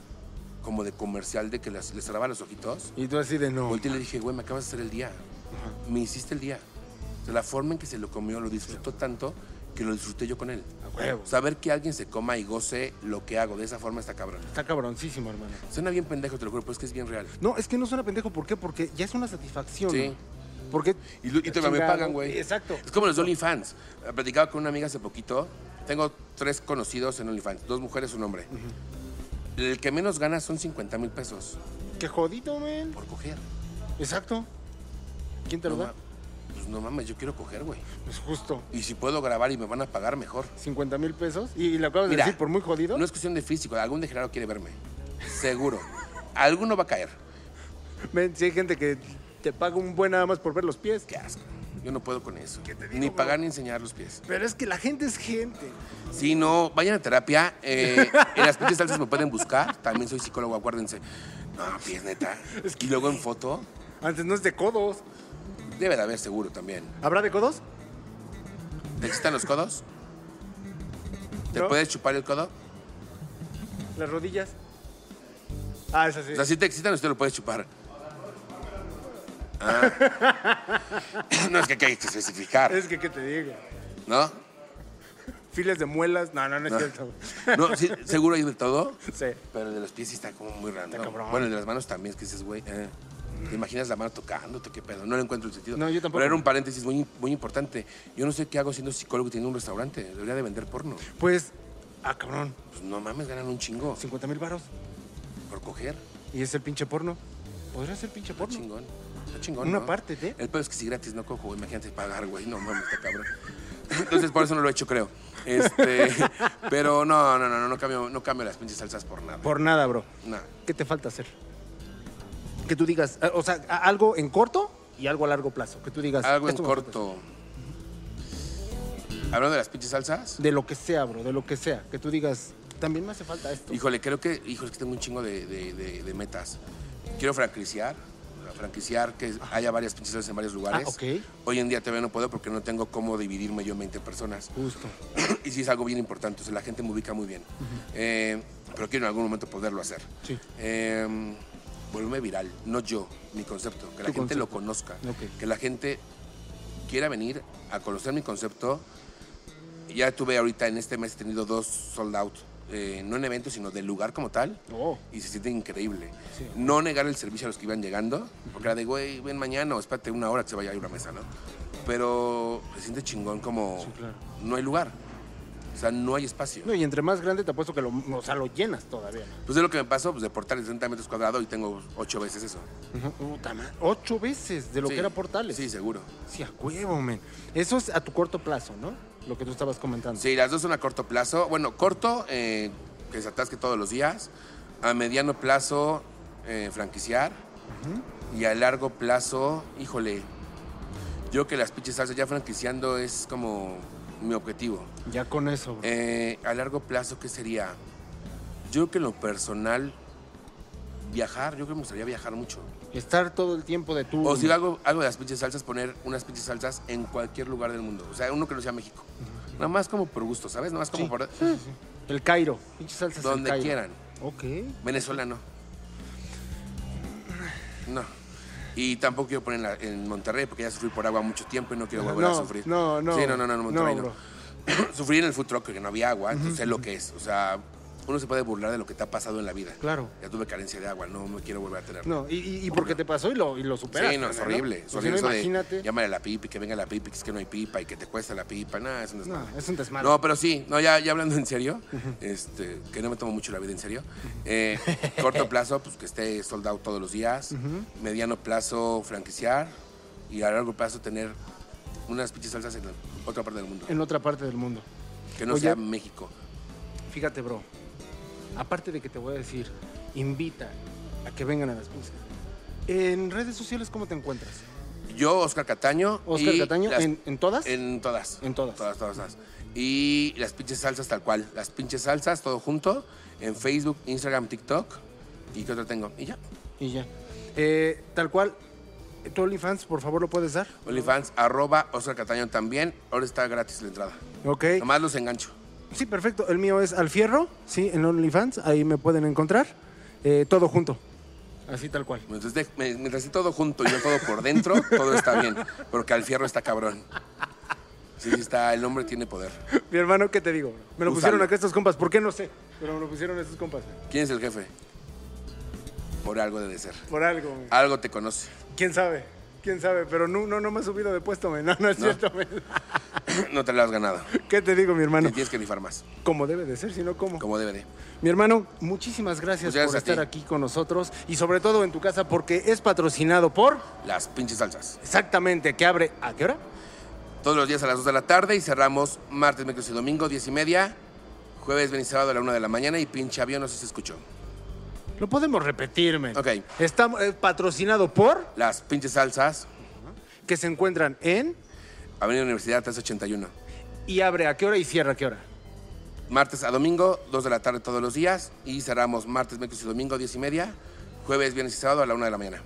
[SPEAKER 4] como de comercial, de que las- le cerraba los ojitos,
[SPEAKER 3] Y tú así de no.
[SPEAKER 4] volteé y le dije, güey, me acabas de hacer el día. Me hiciste el día. O sea, la forma en que se lo comió lo disfrutó tanto que lo disfruté yo con él.
[SPEAKER 3] huevo.
[SPEAKER 4] Saber que alguien se coma y goce lo que hago de esa forma está cabrón.
[SPEAKER 3] Está cabroncísimo, hermano.
[SPEAKER 4] Suena bien pendejo, te lo juro, pero es que es bien real.
[SPEAKER 3] No, es que no suena pendejo. ¿Por qué? Porque ya es una satisfacción.
[SPEAKER 4] Sí.
[SPEAKER 3] ¿no? Porque.
[SPEAKER 4] Y, lo- y todavía me
[SPEAKER 3] Chingado.
[SPEAKER 4] pagan, güey.
[SPEAKER 3] Exacto.
[SPEAKER 4] Es como los OnlyFans. Platicaba con una amiga hace poquito. Tengo tres conocidos en OnlyFans, dos mujeres, un hombre. El que menos gana son 50 mil pesos
[SPEAKER 3] Qué jodito, men.
[SPEAKER 4] por coger.
[SPEAKER 3] Exacto. ¿Quién te lo
[SPEAKER 4] No
[SPEAKER 3] da?
[SPEAKER 4] ma- pues no mames, yo quiero coger, güey.
[SPEAKER 3] Pues justo.
[SPEAKER 4] Y si puedo grabar y me van a pagar, mejor.
[SPEAKER 3] 50 mil pesos. Y lo acabas
[SPEAKER 4] Mira,
[SPEAKER 3] de decir por muy jodido.
[SPEAKER 4] No es cuestión de físico, algún degenerado quiere verme. Seguro. Alguno va a caer.
[SPEAKER 3] Men, si hay gente que te paga un buen nada más por ver los pies.
[SPEAKER 4] Qué asco. Yo no puedo con eso.
[SPEAKER 3] te digo,
[SPEAKER 4] Ni
[SPEAKER 3] bro?
[SPEAKER 4] pagar ni enseñar los pies.
[SPEAKER 3] Pero es que la gente es gente.
[SPEAKER 4] Si no, vayan a terapia. eh, en las pinches salsas me pueden buscar. También soy psicólogo, acuérdense. No, pies, neta. Y luego en foto,
[SPEAKER 3] Antes no es de codos.
[SPEAKER 4] debe de haber seguro también.
[SPEAKER 3] ¿Habrá de codos?
[SPEAKER 4] ¿Te excitan los codos? ¿Te
[SPEAKER 3] No.
[SPEAKER 4] puedes chupar el codo?
[SPEAKER 3] Las rodillas. Ah, es así.
[SPEAKER 4] O sea, si te excitan, usted lo puedes chupar. Ah. no, es que hay que especificar,
[SPEAKER 3] Es que, ¿qué te digo?
[SPEAKER 4] ¿no?
[SPEAKER 3] Files de muelas. No, no, no es
[SPEAKER 4] No.
[SPEAKER 3] cierto.
[SPEAKER 4] No, sí, seguro hay de todo.
[SPEAKER 3] Sí.
[SPEAKER 4] Pero el de los pies sí está como muy raro.
[SPEAKER 3] Está
[SPEAKER 4] ¿no?
[SPEAKER 3] cabrón.
[SPEAKER 4] Bueno, el de las manos también, es que dices, güey, eh, ¿te imaginas la mano tocándote? ¿Qué pedo? No le encuentro el sentido.
[SPEAKER 3] No, yo tampoco.
[SPEAKER 4] Pero era un paréntesis muy, muy importante. Yo no sé qué hago siendo psicólogo y teniendo un restaurante. Debería de vender porno.
[SPEAKER 3] Pues, ah, cabrón.
[SPEAKER 4] Pues no mames, ganan un chingo
[SPEAKER 3] 50 mil varos.
[SPEAKER 4] por coger.
[SPEAKER 3] Y es el pinche porno. Podría ser pinche porno.
[SPEAKER 4] Chingón. Está chingón,
[SPEAKER 3] Una
[SPEAKER 4] ¿no?
[SPEAKER 3] parte de-
[SPEAKER 4] El pedo es que si gratis no cojo, güey. Imagínate pagar, güey. No mames, está cabrón. Entonces, por eso no lo he hecho, creo. Este, pero no, no, no, no, no cambio, no cambio las pinches salsas por nada.
[SPEAKER 3] Por nada, bro.
[SPEAKER 4] Nada.
[SPEAKER 3] ¿Qué te falta hacer? Que tú digas, eh, o sea, a- algo en corto y algo a largo plazo. Que tú digas.
[SPEAKER 4] Algo en
[SPEAKER 3] esto me falta
[SPEAKER 4] corto. Hablando de las pinches salsas.
[SPEAKER 3] hacer. De lo que sea, bro, de lo que sea. Que tú digas, también me hace falta esto.
[SPEAKER 4] Híjole, creo que, híjole, es que tengo un chingo de, de- de- de metas. Quiero franquiciar, franquiciar que haya varias pinches salsas en varios lugares.
[SPEAKER 3] Ah, ok.
[SPEAKER 4] Hoy en día todavía no puedo porque no tengo cómo dividirme yo en 20 personas.
[SPEAKER 3] Justo.
[SPEAKER 4] y sí es algo bien importante, o sea, la gente me ubica muy bien. Eh, pero quiero en algún momento poderlo hacer.
[SPEAKER 3] Sí.
[SPEAKER 4] Eh, volverme viral, no yo, mi concepto, que la
[SPEAKER 3] Tu
[SPEAKER 4] gente lo
[SPEAKER 3] concepto.
[SPEAKER 4] conozca,
[SPEAKER 3] Ok.
[SPEAKER 4] que la gente quiera venir a conocer mi concepto. Ya tuve ahorita en este mes he tenido dos sold out, eh, no en eventos, sino del lugar como tal.
[SPEAKER 3] Oh.
[SPEAKER 4] Y se siente increíble.
[SPEAKER 3] Sí.
[SPEAKER 4] No negar el servicio a los que iban llegando, porque era de, güey, ven mañana o espérate una hora que se vaya a una mesa, ¿no? Pero se siente chingón como
[SPEAKER 3] Sí, claro.
[SPEAKER 4] no hay lugar. O sea, no hay espacio.
[SPEAKER 3] No, y entre más grande te apuesto que lo, o sea, lo llenas todavía. ¿no?
[SPEAKER 4] Pues es lo que me pasó, pues de portales de 30 metros cuadrados y tengo ocho veces eso.
[SPEAKER 3] Puta madre. Ocho veces de lo
[SPEAKER 4] Sí.
[SPEAKER 3] que era Portales.
[SPEAKER 4] Sí, seguro.
[SPEAKER 3] Sí, a huevo, men. Eso es a tu corto plazo, ¿no? Lo que tú estabas comentando.
[SPEAKER 4] Sí, las dos son a corto plazo. Bueno, corto, eh, que se atasque todos los días. A mediano plazo, eh, franquiciar. Y a largo plazo, híjole, yo creo que las pinches salsas ya franquiciando es como mi objetivo.
[SPEAKER 3] Ya con eso, bro.
[SPEAKER 4] Eh, a largo plazo, ¿qué sería? Yo creo que en lo personal, viajar, yo creo que me gustaría viajar mucho.
[SPEAKER 3] Estar todo el tiempo de tu.
[SPEAKER 4] O si hago algo de las pinches salsas, poner unas pinches salsas en cualquier lugar del mundo. O sea, uno que no sea México. Nada más como por gusto, ¿sabes? Nada más como
[SPEAKER 3] Sí.
[SPEAKER 4] por...
[SPEAKER 3] El Cairo. Pinches salsas. el
[SPEAKER 4] Donde
[SPEAKER 3] Cairo.
[SPEAKER 4] quieran.
[SPEAKER 3] Ok.
[SPEAKER 4] Venezuela no. No. Y tampoco quiero poner en, la- en Monterrey porque ya sufrí por agua mucho tiempo y no quiero volver
[SPEAKER 3] No,
[SPEAKER 4] a sufrir.
[SPEAKER 3] no, no.
[SPEAKER 4] Sí, no, no, no, en Monterrey no.
[SPEAKER 3] bro.
[SPEAKER 4] sufrí en el food truck que no había agua, entonces sé lo que es. O sea, uno se puede burlar de lo que te ha pasado en la vida.
[SPEAKER 3] Claro.
[SPEAKER 4] Ya tuve carencia de agua, no me quiero volver a tener.
[SPEAKER 3] No, y, y- y porque te pasó y lo, y lo superaste.
[SPEAKER 4] sí, no, es horrible. Es
[SPEAKER 3] O
[SPEAKER 4] horrible
[SPEAKER 3] si
[SPEAKER 4] eso
[SPEAKER 3] no,
[SPEAKER 4] de
[SPEAKER 3] imagínate.
[SPEAKER 4] llámale a la pipa y que venga la pipa y que es que no hay pipa y que te cuesta la pipa. Nada, es un desmadre.
[SPEAKER 3] No, es un desmadre.
[SPEAKER 4] No, pero sí, no, ya, ya hablando en serio, este, que no me tomo mucho la vida en serio. eh, corto plazo, pues que esté soldado todos los días. Mediano plazo, franquiciar. Y a largo plazo, tener unas pinches salsas en otra parte del mundo.
[SPEAKER 3] En otra parte del mundo.
[SPEAKER 4] Que no
[SPEAKER 3] Oye.
[SPEAKER 4] sea México.
[SPEAKER 3] Fíjate, bro. Aparte de que te voy a decir, invita a que vengan a las pinzas. En redes sociales, ¿cómo te encuentras?
[SPEAKER 4] Yo, Oscar Cataño.
[SPEAKER 3] Oscar
[SPEAKER 4] y
[SPEAKER 3] Cataño,
[SPEAKER 4] las-
[SPEAKER 3] ¿en, en todas?
[SPEAKER 4] en todas.
[SPEAKER 3] En todas.
[SPEAKER 4] Todas, todas, todas. Y las pinches salsas tal cual. Las pinches salsas, todo junto. En Facebook, Instagram, TikTok. ¿Y qué otra tengo? Y ya.
[SPEAKER 3] Y ya. Eh, tal cual, tu OnlyFans, por favor, lo puedes dar.
[SPEAKER 4] OnlyFans, arroba Oscar Cataño también. Ahora está gratis la entrada.
[SPEAKER 3] Ok.
[SPEAKER 4] Nomás los engancho.
[SPEAKER 3] Sí, perfecto. El mío es Alfierro, sí, en OnlyFans. Ahí me pueden encontrar. Eh, todo junto. Así tal cual.
[SPEAKER 4] Mientras, de- me- mientras esté todo junto y yo todo por dentro, todo está bien. Porque al fierro está cabrón. Sí, sí está. El hombre tiene poder.
[SPEAKER 3] Mi hermano, ¿qué te digo? bro? Me lo
[SPEAKER 4] Úsalo.
[SPEAKER 3] pusieron acá estos compas. ¿Por qué no sé? Pero me lo pusieron estos compas. eh.
[SPEAKER 4] ¿Quién es el jefe? Por algo debe ser.
[SPEAKER 3] Por algo. güey.
[SPEAKER 4] Algo te conoce.
[SPEAKER 3] ¿Quién sabe? ¿Quién sabe? Pero no, no, no me ha subido de puesto, güey. No, no es
[SPEAKER 4] No.
[SPEAKER 3] cierto, güey.
[SPEAKER 4] No te lo has ganado.
[SPEAKER 3] ¿Qué te digo, mi hermano?
[SPEAKER 4] Te tienes que rifar más.
[SPEAKER 3] Como debe de ser, si no, ¿cómo?
[SPEAKER 4] Como debe de.
[SPEAKER 3] Mi hermano, muchísimas gracias
[SPEAKER 4] Muchas gracias
[SPEAKER 3] por
[SPEAKER 4] a
[SPEAKER 3] estar
[SPEAKER 4] ti.
[SPEAKER 3] aquí con nosotros y sobre todo en tu casa porque es patrocinado por
[SPEAKER 4] Las pinches salsas.
[SPEAKER 3] exactamente que abre a qué hora?
[SPEAKER 4] Todos los días a las 2 de la tarde y cerramos martes, miércoles y domingo, 10 y media. Jueves, viernes y sábado a la 1 de la mañana y pinche avión, no sé si escuchó.
[SPEAKER 3] Lo podemos repetir, men.
[SPEAKER 4] Ok.
[SPEAKER 3] Está eh, patrocinado por
[SPEAKER 4] Las pinches salsas,
[SPEAKER 3] que se encuentran en
[SPEAKER 4] Avenida Universidad 381.
[SPEAKER 3] y abre a qué hora y cierra a qué hora.
[SPEAKER 4] Martes a domingo, 2 de la tarde todos los días y cerramos martes, miércoles y domingo, 10 y media. Jueves, viernes y sábado a la 1 de la mañana.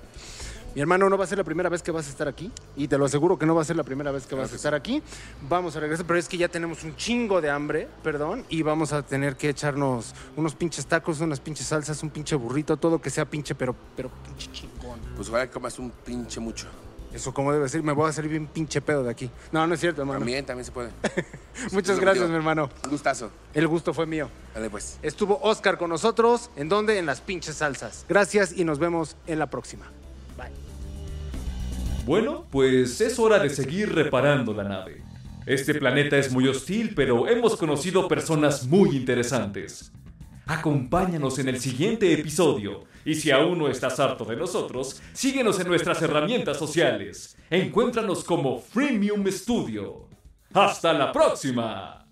[SPEAKER 3] Mi hermano, no va a ser la primera vez que vas a estar aquí. Y te lo aseguro que no va a ser la primera vez que vas a estar aquí. Vamos a regresar, pero es que ya tenemos un chingo de hambre, perdón. Y vamos a tener que echarnos unos pinches tacos, unas pinches salsas, un pinche burrito, todo que sea pinche, pero, pero pinche chingón.
[SPEAKER 4] Pues ojalá que comas un pinche mucho.
[SPEAKER 3] Eso como debe ser, me voy a salir bien pinche pedo de aquí. No, no es cierto, hermano.
[SPEAKER 4] También, también se puede.
[SPEAKER 3] Muchas
[SPEAKER 4] Sí,
[SPEAKER 3] gracias,
[SPEAKER 4] digo.
[SPEAKER 3] mi hermano.
[SPEAKER 4] Un gustazo.
[SPEAKER 3] El gusto fue mío.
[SPEAKER 4] Dale pues.
[SPEAKER 3] Estuvo Oscar con nosotros, ¿en dónde? En las pinches salsas. Gracias y nos vemos en la próxima.
[SPEAKER 2] Bueno, pues es hora de seguir reparando la nave. Este planeta es muy hostil, pero hemos conocido personas muy interesantes. Acompáñanos en el siguiente episodio. Y si aún no estás harto de nosotros, síguenos en nuestras herramientas sociales. Encuéntranos como Freemium Studio. ¡Hasta la próxima!